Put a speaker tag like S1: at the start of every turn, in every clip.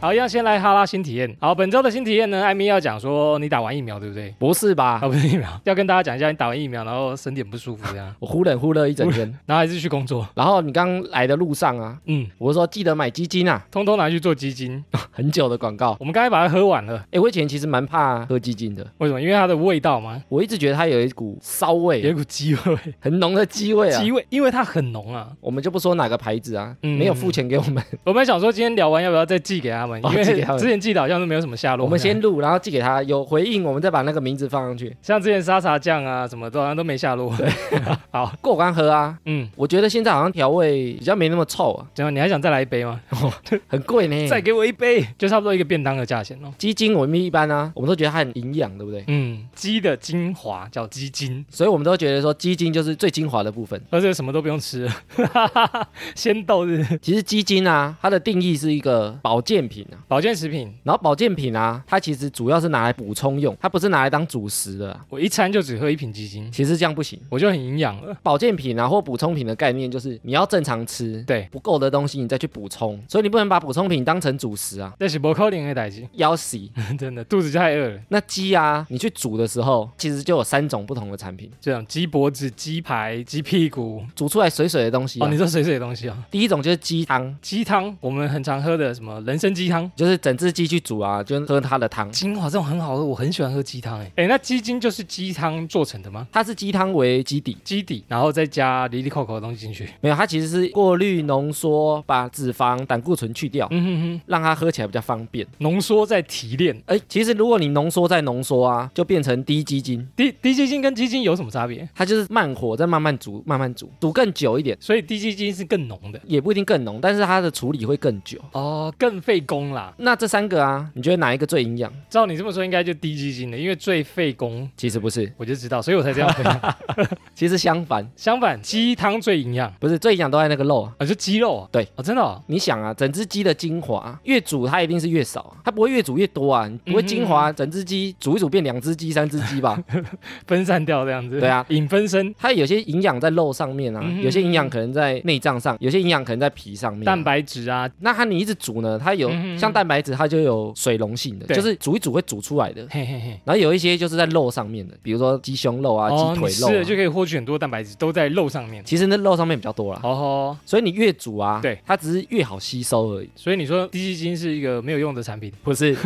S1: 好，一样先来哈拉新体验。好，本周的新体验呢，艾米要讲说你打完疫苗对不对？
S2: 不是吧
S1: 啊，？不是疫苗， 要跟大家讲一下，你打完疫苗然后身体很不舒服这 样，
S2: 我忽冷忽热一整 天。
S1: 然后还是去工作，
S2: 然后你刚来的路上啊，
S1: 嗯，
S2: 我说记得买鸡精啊，
S1: 通通拿去做基金。
S2: 很久的广告。
S1: 我们刚才把它喝完了，
S2: 哎，我以前其实蛮怕喝鸡精的，
S1: 为什么？因为它的味道嘛，
S2: 我一直觉得它有一股骚
S1: 有一
S2: 味，
S1: 股鸡味，
S2: 很浓的鸡味啊
S1: 鸡。味，因为它很浓啊。
S2: 我们就不说哪个牌子啊，
S1: 嗯
S2: 没有付钱给我们，
S1: 我们想说今天聊完要不要再寄给他们，
S2: 哦
S1: 因为
S2: 寄给他们
S1: 之前寄的好像都没有什么下落。
S2: 我们先录，然后寄给他，有回应我们再把那个名字放上 去。
S1: 像之前沙茶酱啊什么都好像都没下落。 好，
S2: 过我刚喝啊，
S1: 嗯，
S2: 我觉得现在好像调味比较没那么臭啊，
S1: 怎么你还想再来一杯吗？
S2: 很贵呢。
S1: 再给我一杯，就差不多一个便当的价钱哦。
S2: 鸡精我们一般啊，我们都觉得它很营养，对不对？
S1: 嗯，鸡的精华叫鸡精，
S2: 所以我们都觉得说鸡精就是最精华的部分。
S1: 而且什么都不用吃 了，鲜豆日
S2: 其实鸡精啊，它的定义是一个保健品啊，
S1: 保健食品，
S2: 然后保健品啊，它其实主要是拿来补充用，它不是拿来当主食的啊、
S1: 我一餐就只喝一瓶鸡精，
S2: 其实这样不行，
S1: 我就很营养了。
S2: 保健品啊或补充品的概念就是你要正常吃，
S1: 对，
S2: 不够的东西你再去补充，所以你不能把补充品当成主食啊。
S1: 这是不可能的代志，
S2: 要洗
S1: 真的肚子太饿了。
S2: 那鸡啊，你去煮的时候，其实就有三种不同的产品，
S1: 这种鸡脖子、鸡排、鸡屁股，
S2: 煮出来水水的东西、啊。
S1: 哦，你说水水的东西哦，
S2: 第一种就是鸡汤，
S1: 鸡汤，我们很常喝的什么人参鸡汤，
S2: 就是整只鸡去煮啊，就是喝它的汤。
S1: 精华这种很好喝，我很喜欢喝鸡汤哎。哎，那鸡精就是鸡汤做成的吗？
S2: 它是鸡汤为基底，
S1: 基底，然后再加里里扣扣的东西进去。
S2: 没有，它其实是过滤浓缩，把脂肪、胆固醇去掉，
S1: 嗯哼哼，
S2: 让它喝起来比较方便。
S1: 浓缩再提炼。
S2: 哎，其实如果你浓缩再浓缩啊，就变成低鸡精，
S1: 低低基精跟鸡精有什么差别？
S2: 它就是慢火再慢慢煮，慢慢煮，煮更久一点，
S1: 所以低基精是更浓的
S2: 也不一定更浓，但是它的处理会更久。
S1: 哦，更费工啦。
S2: 那这三个啊，你觉得哪一个最营养？
S1: 照你这么说，应该就低基精的，因为最费工，
S2: 其实不是，
S1: 我就知道，所以我才这样分。
S2: 其实相反，
S1: 相反，鸡汤最营养
S2: 不是最营养都在那个肉啊。
S1: 啊，就鸡肉啊。
S2: 对
S1: 哦，真的哦。
S2: 你想啊，整只鸡的精华越煮它一定是越少啊，它不会越煮越多啊，你不会精华整只鸡煮一煮变两只鸡、三只鸡吧？
S1: 分散掉这样子。
S2: 对啊，
S1: 引分身，
S2: 它有些营养在肉上面啊
S1: 嗯，哼
S2: 有些营养可能在内脏上，有些营养可能在皮上面啊、
S1: 蛋白质啊，
S2: 那它你一直煮呢，它有
S1: 嗯哼
S2: 像蛋白质，它就有水溶性的，
S1: 对
S2: 就是煮一煮会煮出来的。
S1: 嘿嘿嘿。
S2: 然后有一些就是在肉上面的，比如说鸡胸肉啊、
S1: 哦，
S2: 鸡
S1: 你
S2: 腿
S1: 吃
S2: 肉、
S1: 了
S2: 啊，
S1: 就可以获取很多蛋白质，都在肉上面。
S2: 其实那肉上面比较多啦。
S1: 哦吼，
S2: 所以你越煮啊，
S1: 对，
S2: 它只是越好吸收而已，
S1: 所以你说低基精是一个没有用的产品，
S2: 不是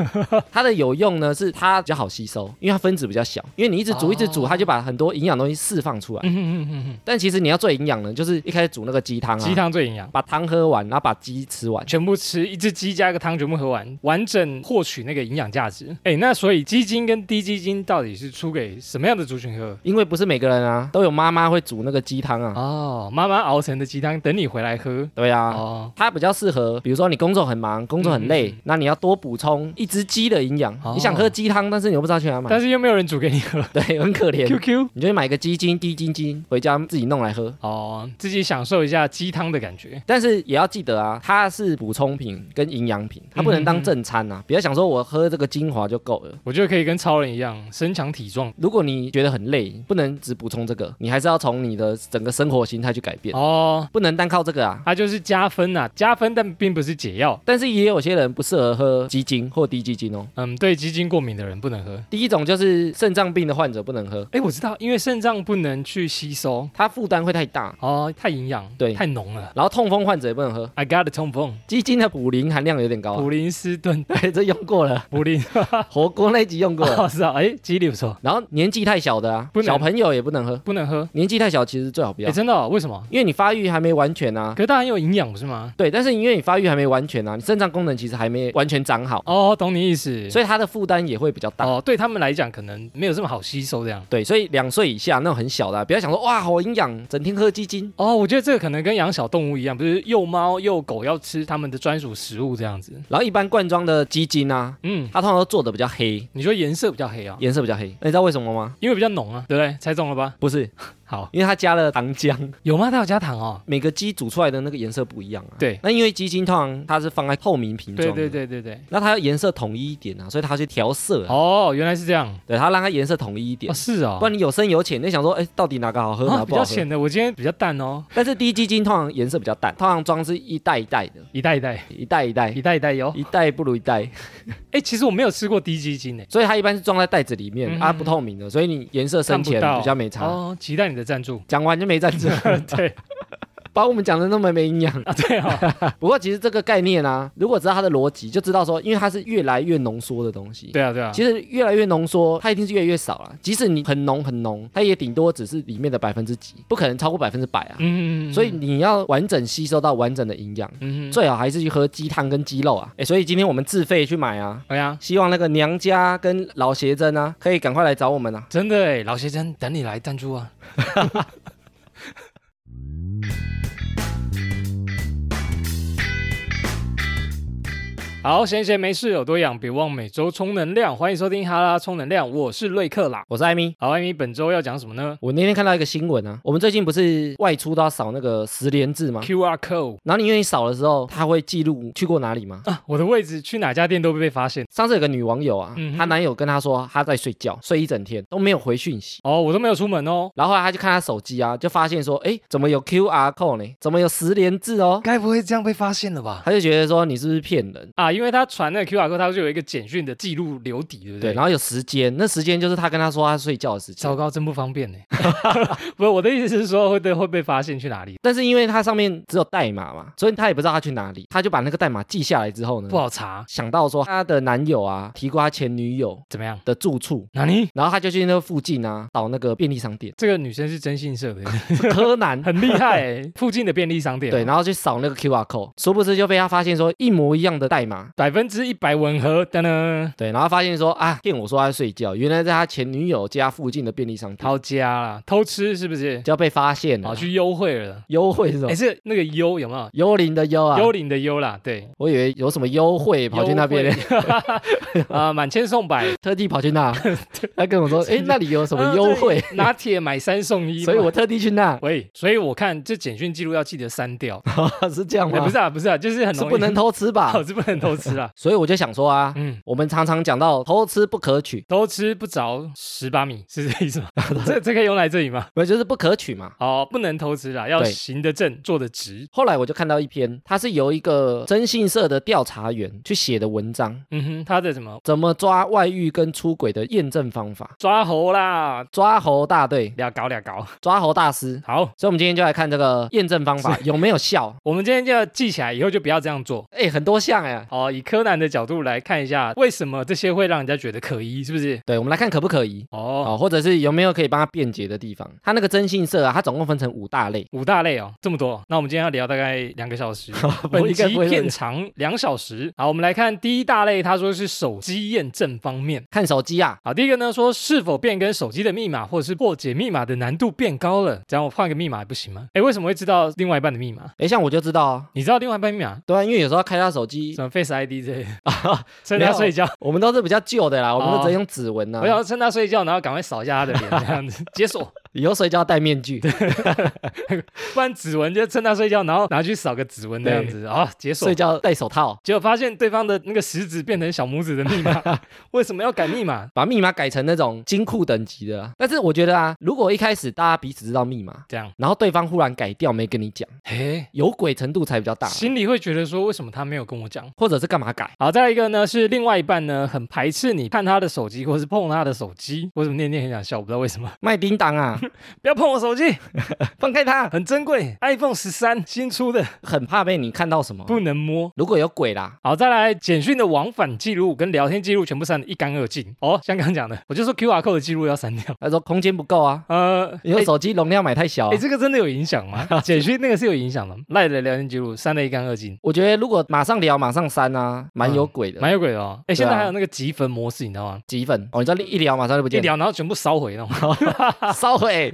S2: 它的有用呢，是它比较好吸收，因为它分子比较小，因为你一直煮
S1: 哦
S2: 一直煮，它就把很多营养东西释放出来。
S1: 嗯哼哼哼哼，
S2: 但其实你要最营养的，就是一开始煮那个鸡汤啊，
S1: 鸡汤最营养，
S2: 把汤喝完，然后把鸡吃完，
S1: 全部吃一只鸡加一个汤，全部喝完，完整获取那个营养价值。哎，那所以鸡精跟低基精到底是出给什么样的族群喝？
S2: 因为不是每个人啊都有妈妈会煮那个鸡汤啊，
S1: 哦，妈妈熬成的鸡汤，等你回来喝。
S2: 对啊。
S1: 哦，嗯
S2: 它比较适合，比如说你工作很忙，工作很累，那你要多补充一只鸡的营养。
S1: 哦
S2: 你想喝鸡汤，但是你又不知道去哪买
S1: 但，是又没有人煮给你喝
S2: 对，很可怜。
S1: ，QQ。
S2: 你就买个鸡精、低筋精回家自己弄来喝。
S1: 哦，自己享受一下鸡汤的感觉。
S2: 但是也要记得啊，它是补充品跟营养品，它不能当正餐啊。不要想说我喝这个精华就够了。
S1: 我觉得可以跟超人一样身强体壮。
S2: 如果你觉得很累，不能只补充这个，你还是要从你的整个生活形态去改变，
S1: 哦，
S2: 不能单靠这个啊。
S1: 它就是加分呐、啊，加分但并不是解药。
S2: 但是也有些人不适合喝鸡精或低鸡精哦。
S1: 嗯，对鸡精过敏的人不能喝。
S2: 第一种就是肾脏病的患者不能喝，
S1: 哎，我知道，因为肾脏不能去吸收，
S2: 它负担会太大，
S1: 哦，太营养，
S2: 对
S1: 太浓了。
S2: 然后痛风患者也不能喝。
S1: I got a 痛风，
S2: 鸡精的普林含量有点高、啊，
S1: 普林斯顿，
S2: 对，这用过 了，
S1: 普 林，
S2: 火锅那一集用过了。
S1: 我知道，哎，肌力不错，
S2: 然后年纪太小的啊
S1: 不，能
S2: 小朋友也不能喝，
S1: 不能喝。
S2: 年纪太小其实最好不要
S1: 哎，，真的哦、为什么？
S2: 因为你发育还没完全啊。
S1: 可是它很有营养，不是吗？
S2: 对，但是因为你发育还没完全啊，你肾脏功能其实还没完全长好，
S1: 哦，懂你意思。
S2: 啊所以它的负担也会比较大。
S1: 哦，对他们来讲，可能没有这么好吸收这样。
S2: 对，所以两岁以下那种很小的啊、不要想说哇好营养，整天喝鸡精，
S1: 哦，我觉得这个可能跟养小动物一样，不是幼猫幼狗要吃它们的专属食物这样子。
S2: 然后一般罐装的鸡精啊，
S1: 嗯，
S2: 它通常都做的比较黑，
S1: 你说颜色比较黑啊、
S2: 颜色比较黑，那你知道为什么吗？
S1: 因为比较浓啊，对不对？猜中了吧？
S2: 不是，
S1: 好，
S2: 因为它加了糖浆，
S1: 有吗？它有加糖哦。
S2: 每个鸡煮出来的那个颜色不一样啊。
S1: 对
S2: 那因为鸡精通常它是放在透明瓶装
S1: 对
S2: 的，
S1: 对对对对。
S2: 那它要颜色统一一点啊，所以它去调色啊，
S1: 哦，原来是这样。
S2: 对，它让它颜色统一一点
S1: 哦，，是哦。
S2: 不然你有深有浅，你想说，哎，到底哪个好喝，哪
S1: 啊，
S2: 个
S1: 比
S2: 不
S1: 较
S2: 好喝？
S1: 浅的，我今天比较淡哦，
S2: 但是低基金通常颜色比较淡，通常装是一袋一袋的，
S1: 一袋一袋，
S2: 一袋一 袋
S1: 一，袋一袋哟。
S2: 一袋不如一袋，
S1: 哎，其实我没有吃过低基金诶，
S2: 所以它一般是装在袋子里面，
S1: 嗯
S2: 啊，不透明的，所以你颜色深
S1: 看
S2: 浅
S1: 不到
S2: 比较没差。
S1: 哦，期待你的赞 助。
S2: 讲完就没战争，
S1: 对
S2: 把我们讲的那么没营养。
S1: 啊，对哦，
S2: 不过其实这个概念啊，如果知道它的逻辑，就知道说，因为它是越来越浓缩的东西。
S1: 对啊对啊。
S2: 其实越来越浓缩，它一定是越来越少了。即使你很浓很浓，它也顶多只是里面的百分之几，不可能超过百分之百
S1: 嗯，
S2: 啊。
S1: 嗯嗯嗯
S2: 所以你要完整吸收到完整的营养，
S1: 嗯，
S2: 最好还是去喝鸡汤跟鸡肉啊。哎，所以今天我们自费去买啊，
S1: 哎呀，
S2: 希望那个娘家跟老邪真啊，可以赶快来找我们啊。
S1: 真的哎，老先生等你来赞助啊。 好，闲闲没事有多养，别忘每周充能量。欢迎收听《哈拉充能量》，我是瑞克啦。
S2: 我是艾米。
S1: 好，艾米，本周要讲什么呢
S2: 我那天看到一个新闻啊，我们最近不是外出都要扫那个十连制吗？
S1: ？QR code
S2: 然后你愿意扫的时候，它会记录去过哪里吗？
S1: 啊，我的位置去哪家店都被被发现。
S2: 上次有个女网友啊
S1: 嗯，哼
S2: 她男友跟她说她在睡觉，睡一整天都没有回讯息。
S1: 哦，我都没有出门哦，
S2: 然后后来她就看她手机啊，就发现说，哎，怎么有 QR code 呢？怎么有十连制哦？
S1: 该不会这样被发现了吧？
S2: 她就觉得说你是不是骗人？
S1: 啊，因为他传那个 QR code，他就有一个简讯的记录留底，对不对？
S2: 对，然后有时间，那时间就是她跟她说她睡觉的时间
S1: 糟。糕，真不方便呢。 不是我的意思是说，会对会被发现去哪里，
S2: 但是因为它上面只有代码嘛，所以她也不知道她去哪里，她就把那个代码记下来之后呢，
S1: 不好查，
S2: 想到说她的男友啊提过她前女友
S1: 怎么样？
S2: 的住处，
S1: 哪里？，
S2: 然后她就去那个附近啊找那个便利商店
S1: 这个女生是真信社的，
S2: 是柯南。
S1: 很厉害 欸。附近的便利商店，
S2: 对，，然后去扫那个 QR code，殊不知就被她发现说一模一样的代码，
S1: 百分之一百吻合，噔噔，
S2: 对，然后发现说啊骗我说她在睡觉，原来在她前女友家附近的便利商店，
S1: 好家啦，偷吃是不是？
S2: 就要被发现了
S1: 好，，去幽会了。
S2: 优惠是什么
S1: 哎，？这那个幽有没有？
S2: 幽灵的幽啊，
S1: 幽灵的幽啦，对，
S2: 我以为有什么优惠跑去那边，
S1: 幽会 啊，满千送百，
S2: 特地跑去那， 他跟我说，哎，那里有什么优惠
S1: 啊？这拿铁买三送一嘛，
S2: 所以我特地去那，
S1: 喂，所以我看这简讯记录要记得删掉，
S2: 是这样
S1: 哎
S2: 吗？
S1: 不是啊，不是啊，就是很
S2: 是
S1: 容易
S2: 不能偷吃吧，
S1: 好？是不能偷吃啊
S2: 所以我就想说啊，
S1: 嗯。
S2: 我们常常讲到偷吃不可取，
S1: 偷吃不着十八米是这意 思吗？这这可以用来这里吗？
S2: 不就是不可取嘛？
S1: 哦，不能偷吃啦，要
S2: 对
S1: 行得正，坐得直。
S2: 后来我就看到一篇，它是由一个征信社的调查员去写的文章，
S1: 嗯哼，他的什么
S2: 怎么抓外遇跟出轨的验证方法，
S1: 抓猴啦，
S2: 抓猴大队，
S1: 俩搞俩搞。
S2: 抓猴大师。
S1: 好，
S2: 所以，我们今天就来看这个验证方法有没有效。
S1: 我们今天就要记起来，以后就不要这样做。
S2: 哎，很多项哎。
S1: 哦，以柯南的角度来看一下，为什么这些会让人家觉得可疑，是不是？
S2: 对，我们来看可不可疑
S1: 哦，
S2: 哦，或者是有没有可以帮他辩解的地方。他那个征信社啊，它总共分成五大类。
S1: 五大类哦，这么多。那我们今天要聊大概两个小时，本
S2: 应该
S1: 集
S2: 不会
S1: 片长两小时。好，我们来看第一大类，他说是手机验证方面。
S2: 看手机啊，
S1: 好，第一个呢，说是否变更手机的密码或者是破解密码的难度变高了，这样我换个密码不行吗？哎，为什么会知道另外一半的密码？
S2: 哎，像我就知道啊，
S1: 你知道另外一半密码？
S2: 对啊，因为有时候要开他手机
S1: 什，么 Face ID 之类的，趁他睡觉，
S2: 我们都是比较旧的啦，我们都
S1: 哦
S2: 只能用指纹啊呐、
S1: 我想趁他睡觉，然后赶快扫一下他的脸，这样子解锁，
S2: 以后睡觉戴面具，
S1: 不然指纹就趁他睡觉，然后拿去扫个指纹这样子啊、解锁
S2: 睡。觉戴手套，
S1: 结果发现对方的那个食指变成小拇指的密码，为什么要改密码？
S2: 把密码改成那种金库等级的啊。但是我觉得啊，如果一开始大家彼此知道密码，
S1: 这样，
S2: 然后对方忽然改掉没跟你讲，
S1: 嘿，
S2: 有鬼程度才比较大，
S1: 心里会觉得说，为什么他没有跟我讲？
S2: 或者是干嘛改？
S1: 好，再来一个呢，是另外一半呢很排斥你看他的手机，或是碰他的手机。我怎么念念很想笑，我不知道为什么。
S2: 卖叮当啊，
S1: 不要碰我手机，
S2: 放开他，
S1: 很珍贵，iPhone 十三新出的，
S2: 很怕被你看到什么。
S1: 不能摸。
S2: 如果有鬼啦，
S1: 好，再来简讯的往返记录跟聊天记录全部删得一干二净。哦，像刚刚讲的，我就说 QR code 的记录要删掉。
S2: 他说空间不够啊，
S1: 呃，
S2: 你用
S1: 诶
S2: 手机容量买太小啊、
S1: 诶哎这个真的有影响吗？简讯那个是有影响的，赖的聊天记录删得一干二净，
S2: 我觉得如果马上聊马上删啊，蛮有鬼的。
S1: 嗯蛮有鬼的哦。哎、
S2: 对
S1: 现
S2: 啊
S1: 在还有那个集粉模式，你知道吗？
S2: 几粉哦，你知道一聊马上就不
S1: 一
S2: 见了，
S1: 聊然后全部烧毁那种，
S2: 烧毁。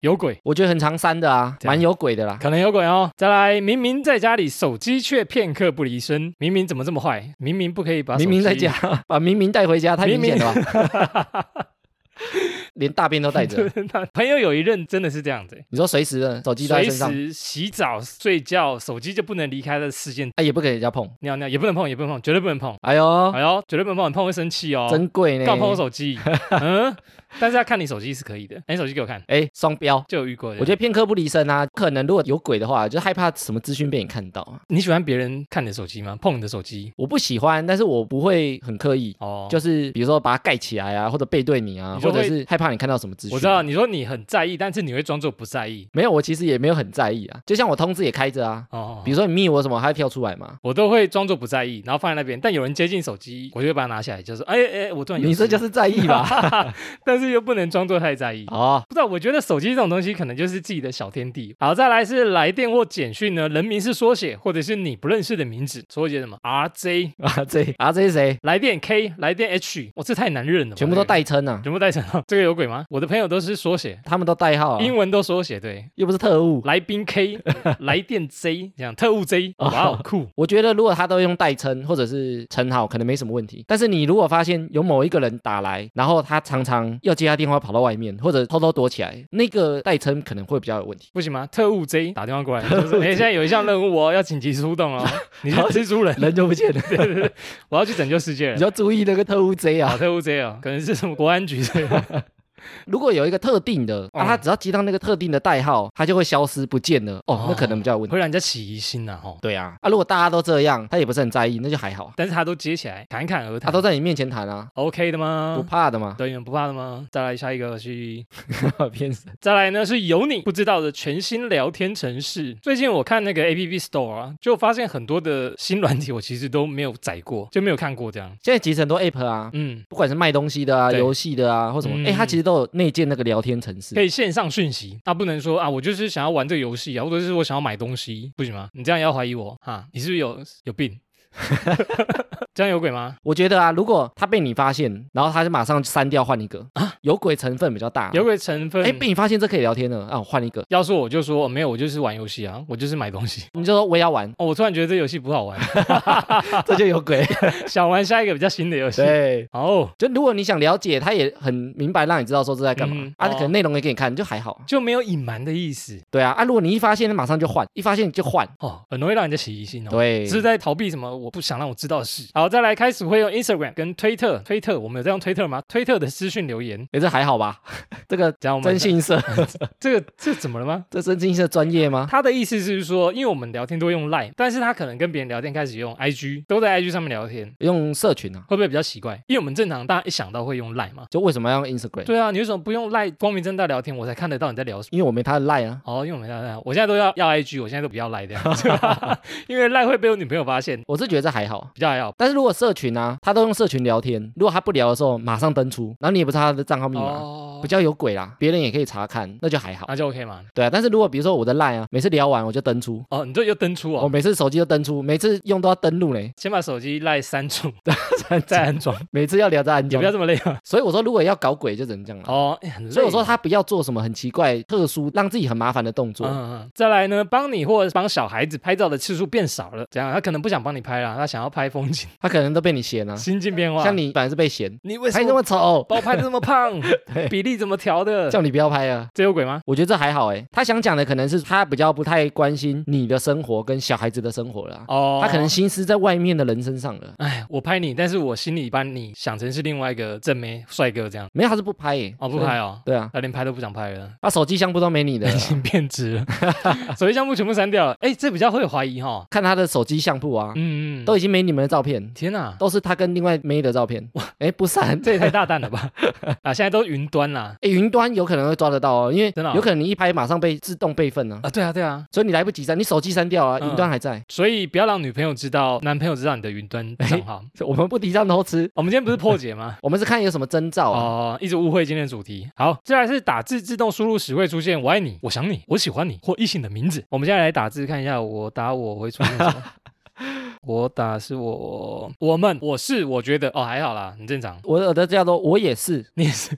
S1: 有鬼。
S2: 我觉得很常删的啊，
S1: 这样
S2: 蛮有鬼的啦。
S1: 可能有鬼哦。再来，明明在家里，手机却片刻不离身，明明怎么这 么坏？明明不可以把手机
S2: 明明在家，，把明明带回家太明显了吧？ 连大便都带着。
S1: 那朋友有一任真的是这样子、欸，
S2: 你说随时的手机带
S1: 随
S2: 在身上，
S1: 时洗澡、睡觉，手机就不能离开的视线，
S2: 哎，也不给人家碰。
S1: 尿尿也不能碰，也不能碰，绝对不能碰。
S2: 哎呦，
S1: 哎呦，绝对不能碰，你碰会生气哦。
S2: 珍贵呢。
S1: 干嘛碰我手 机？嗯，但是要看你手机是可以的。哎你手机给我看，
S2: 哎，双标。
S1: 就有遇过的。
S2: 我觉得片刻不离身啊，可能如果有鬼的话，就害怕什么资讯被你看到啊。
S1: 你喜欢别人看你的手机吗？碰你的手机？
S2: 我不喜欢，但是我不会很刻意，
S1: 哦，
S2: 就是比如说把它盖起来啊，或者背对你啊，
S1: 你就
S2: 或者
S1: 会
S2: 是害怕你看到什么资讯。
S1: 我知道，你说你很在意，但是你会装作不在意。
S2: 没有，我其实也没有很在意啊。就像我通知也开着啊，
S1: 哦，
S2: 比如说你密我什么，它会跳出来嘛。
S1: 我都会装作不在意，然后放在那边。但有人接近手机，我就会把它拿下来，就是哎哎，我突然有
S2: 你这
S1: 事
S2: 就是在意吧？
S1: 但是又不能装作太在意。
S2: 哦，
S1: 不知道，我觉得手机这种东西可能就是自己的小天地。好，再来是来电或简讯呢，人名是缩写，或者是你不认识的名字，缩写什么 RJ，
S2: 啊这啊这是谁？
S1: 来电 K，来电 H，我、这太难认了吧，
S2: 全部都
S1: 这个
S2: 代称啊，
S1: 全部带成哦，这个有鬼吗？我的朋友都是缩写，
S2: 他们都代号、啊，
S1: 英文都缩写，对，
S2: 又不是特务。
S1: 来宾 K，来电 J，这样特务 J，
S2: 哦
S1: 哇哦，酷，
S2: 我觉得如果他都用代称或者是称号，可能没什么问题。但是你如果发现有某一个人打来，然后他常常要接他电话跑到外面，或者偷偷躲起来，那个代称可能会比较有问题。
S1: 不行吗？特务 J 打电话过来，就是哎、现在有一项任务哦，要紧急出动哦， 你是蜘蛛人，
S2: 人就不见了，
S1: 对对对，我要去拯救世界
S2: 你
S1: 了。
S2: 要注意那个特务 J
S1: 好，
S2: 啊。
S1: 特务 J 哦，可能是什么国安局之类 的。
S2: 如果有一个特定的啊，
S1: 嗯
S2: 他只要接到那个特定的代号，他就会消失不见了。哦，那可能比较有问题。
S1: 会让人家起疑心呐、啊、吼。
S2: 对啊，啊，如果大家都这样，他也不是很在意，那就还好啊，
S1: 但是他都接起来，侃侃而
S2: 他
S1: 谈，
S2: 都在你面前谈啊，
S1: OK 的
S2: 不
S1: 吗？
S2: 怕的 嘛。
S1: 对，你们不怕的吗？再来下一个是，
S2: 偏神
S1: 再来呢是有你不知道的全新聊天城市。最近我看那个 App Store 啊，就发现很多的新软体，我其实都没有载过，就没有看过这样。
S2: 现在其实很多 app 啊，
S1: 嗯，
S2: 不管是卖东西的啊、
S1: 对
S2: 游戏的啊，或什么，
S1: 嗯
S2: 哎、它其实都有内建那个聊天程式
S1: 可。以线上讯息，那、不能说啊，我就是想要玩这个游戏啊，或者是我想要买东西，不行吗？你这样要怀疑我哈，你是不是有有病？ 这样有鬼吗？
S2: 我觉得啊，如果他被你发现，然后他就马上删掉换一个啊，有鬼成分比较大。
S1: 有鬼成分？
S2: 哎，被你发现这可以聊天了啊，我换一个，
S1: 要说我就说、哦没有，我就是玩游戏啊，我就是买东西。 ，
S2: 你就说我也要玩
S1: 哦，我突然觉得这游戏不好玩，
S2: 这就有鬼。
S1: 想玩下一个比较新的游戏。
S2: 对，
S1: 哦，
S2: 就如果你想了解，他也很明白让你知道说这在干嘛、
S1: 嗯
S2: 啊，
S1: 哦
S2: 可能内容也给你看，就还好啊。
S1: 就没有隐瞒的意思。
S2: 对啊，啊，如果你一发现，马上就换，一发现就换。
S1: 哦，很容易让人家起疑心哦。。
S2: 对，
S1: 是在逃避什么我不想让我知道的事。好，再来开始会用 Instagram 跟推特，推特我们有在用推特吗？推特的私讯留言，
S2: 哎，这还好吧？ 这个
S1: 讲我们
S2: 征信社，
S1: 这个这怎么了吗？
S2: 这征信社专业吗？
S1: 他的意思是说，因为我们聊天都会用 Line，但是他可能跟别人聊天开始用 IG，都在 IG 上面聊天，
S2: 用社群啊，
S1: 会不会比较奇怪？因为我们正常大家一想到会用 Line 嘛。
S2: 就为什么要用 Instagram？
S1: 对啊，你为什么不用 Line 光明正大聊天，我才看得到你在聊什么？
S2: 因为我没他的 line 啊，
S1: 哦，因为我没聊 Line，我现在都要要 IG，我现在都不要 Line 的，因为 Line 会被我女朋友发现，
S2: 我是觉得这还好。
S1: 比较还好。
S2: 但是如果社群啊，他都用社群聊天，如果他不聊的时候马上登出，然后你也不知道他的账号密码，
S1: 哦
S2: 比，较有鬼啦，别人也可以查看，那就还好。
S1: 那就 OK 嘛。
S2: 对啊，但是如果比如说我的 line 啊，每次聊完我就登出，
S1: 哦，你这又登出
S2: 我
S1: 哦，
S2: 每次手机都登出，每次用都要登录嘞，
S1: 先把手机赖 删除，再安 装，
S2: 每次要聊再安
S1: 也
S2: 装
S1: 不要。这么累啊。
S2: 所以我说，如果要搞鬼就只能这样了。
S1: 哦，哎很累
S2: 所以我说他不要做什么很奇怪、特殊、让自己很麻烦的动作。
S1: 嗯，嗯再来呢，帮你或帮小孩子拍照的次数变少了，怎样？他可能不想帮你拍啦，他想要拍风景、
S2: 他可能都被你嫌啊，
S1: 心境变化。
S2: 像，你本来是被嫌，
S1: 你为什
S2: 拍那
S1: 么
S2: 么丑，
S1: 把我拍的那么 胖？比例怎么调的？
S2: 叫你不要拍啊。
S1: 这有鬼吗？
S2: 我觉得这还好哎，他想讲的可能是他比较不太关心你的生活跟小孩子的生活啦，
S1: 哦，
S2: 他可能心思在外面的人身上了。
S1: 哎，我拍你，但是我心里把你想成是另外一个正妹帅哥这样。
S2: 没有，他是不拍耶
S1: 哦，不，
S2: 所以
S1: 拍嗯哦，
S2: 对啊，
S1: 他连拍都不想拍 了。
S2: 他手机相簿都没你的啦
S1: 已，经变质 了，手机相簿全部删掉了。哎，这比较会有怀疑哈。
S2: 看他的手机相簿啊，
S1: 嗯，嗯
S2: 都已经没你们的照片，
S1: 天哪，
S2: 都是他跟另外妹的照片。哎，不是啊，
S1: 这也太大胆了 吧！啊，现在都云端啦。
S2: 哎，云端有可能会抓得到哦，因为
S1: 真的哦
S2: 有可能你一拍马上被自动备份啊，
S1: 啊，对啊，对啊，
S2: 所以你来不及删，你手机删掉啊，
S1: 嗯
S2: 云端还在。
S1: 所以不要让女朋友知道，男朋友知道你的云端
S2: 哎
S1: 账号。
S2: 我们不提倡偷吃，？
S1: 我们今天不是破解吗
S2: 我们是看有什么征兆啊。
S1: 哦，一直误会今天的主题。好，接下来是打字自动输入时会出现“我爱你”“我想你”“我喜欢你”或异性的名字。我们现在来打字看一下，我打我会出现 什么？我打是我我们我是我觉得哦还好啦，很正常。
S2: 我我的叫做我也是，
S1: 你也是，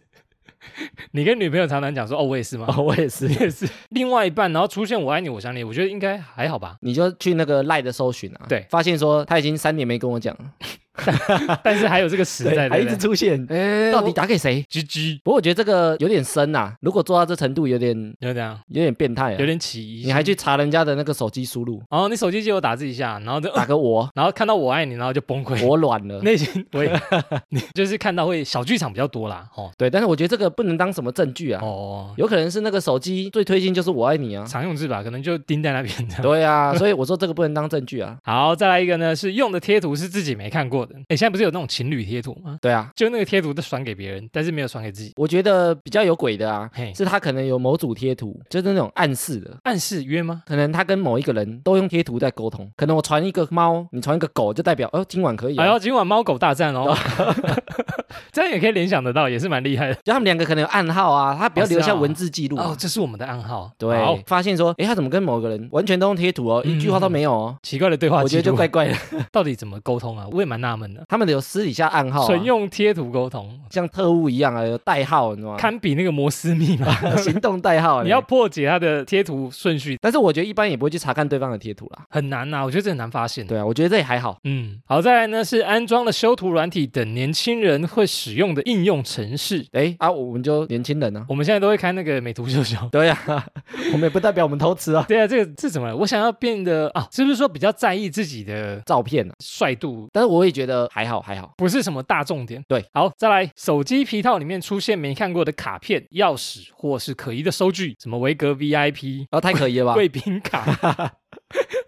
S1: 你跟女朋友常常讲说哦我也是吗？
S2: 哦，我也是
S1: 你。也是。 另外一半然后出现“我爱你”“我想你”，我 觉得应该还好吧。
S2: 你就去那个赖的搜寻啊，
S1: 对
S2: 发现说他已经三年没跟我讲了，
S1: 但是还有这个词在，
S2: 对，还
S1: 对
S2: 一
S1: 不
S2: 直
S1: 对？
S2: 出现，
S1: 哎
S2: 到底打给谁？
S1: G G
S2: 不过我觉得这个有点深呐、如果做到这程度，有点
S1: 就这样，
S2: 有点变态、啊
S1: 有。点起疑心。
S2: 你还去查人家的那个手机输入，
S1: 哦，你手机借我打字一下，然后就、
S2: 打个 我，
S1: 然后看到我爱你，然后就崩溃。
S2: 我软了。
S1: 内心我也，你就是看到会小剧场比较多啦，哦
S2: 对，但是我觉得这个不能当什么证据啊，
S1: 哦，
S2: 有可能是那个手机最推荐就是我爱你啊。
S1: 常用字吧，可能就盯在那边这样。
S2: 对啊，所以我说这个不能当证据啊。
S1: 好，再来一个呢，是用的贴图是自己没看过的。哎，现在不是有那种情侣贴图吗？
S2: 对啊，
S1: 就那个贴图都传给别人，但是没有传给自己，
S2: 我觉得比较有鬼的啊
S1: 嘿，
S2: 是他可能有某组贴图，就是那种暗示的。
S1: 暗示约吗？
S2: 可能他跟某一个人都用贴图在沟通，可能我传一个猫，你传一个狗，就代表哦今晚可以、啊。
S1: 哎呦，今晚猫狗大战 哦，这样也可以联想得到，也是蛮厉害的。
S2: 就他们两个可能有暗号啊，他不要留
S1: 是
S2: 下
S1: 啊
S2: 文字记录、啊
S1: 哦，这是我们的暗号。好
S2: 对，发现说，诶，他怎么跟某个人完全都用贴图哦，
S1: 嗯
S2: 一句话都没有哦，
S1: 奇怪的对话
S2: 我
S1: 记
S2: 觉
S1: 录，
S2: 得就怪怪的。
S1: 到底怎么沟通啊？我也蛮纳闷的。
S2: 他们有私底下暗号、啊
S1: 纯，用贴图沟通，
S2: 像特务一样啊，有代号，你知道吗？
S1: 堪比那个摩斯密 码。
S2: 行动代号，
S1: 你要。破解他的贴图顺序
S2: 但是我觉得一般也不会去查看对方的贴图啦。
S1: 很难呐、我觉得这很难发现。
S2: 对啊，我觉得这也还好。
S1: 嗯，好，再来呢是安装了修图软体等年轻人会使用的应用程式。
S2: 诶，啊，我们就年轻人啊。
S1: 我们现在都会开那个美图秀秀。
S2: 对啊， 我们也不代表我们偷吃啊。
S1: 对啊，这个这怎么了？我想要变得啊，是不是说比较在意自己的
S2: 照片啊，
S1: 帅度？
S2: 但是我也觉得还好，还好。
S1: 不是什么大重点。
S2: 对，
S1: 好，再来，手机皮套里面出现没看过的卡片、钥匙或是可疑的收据，什么维格 VIP、
S2: 啊，太可疑了吧？
S1: 贵宾卡，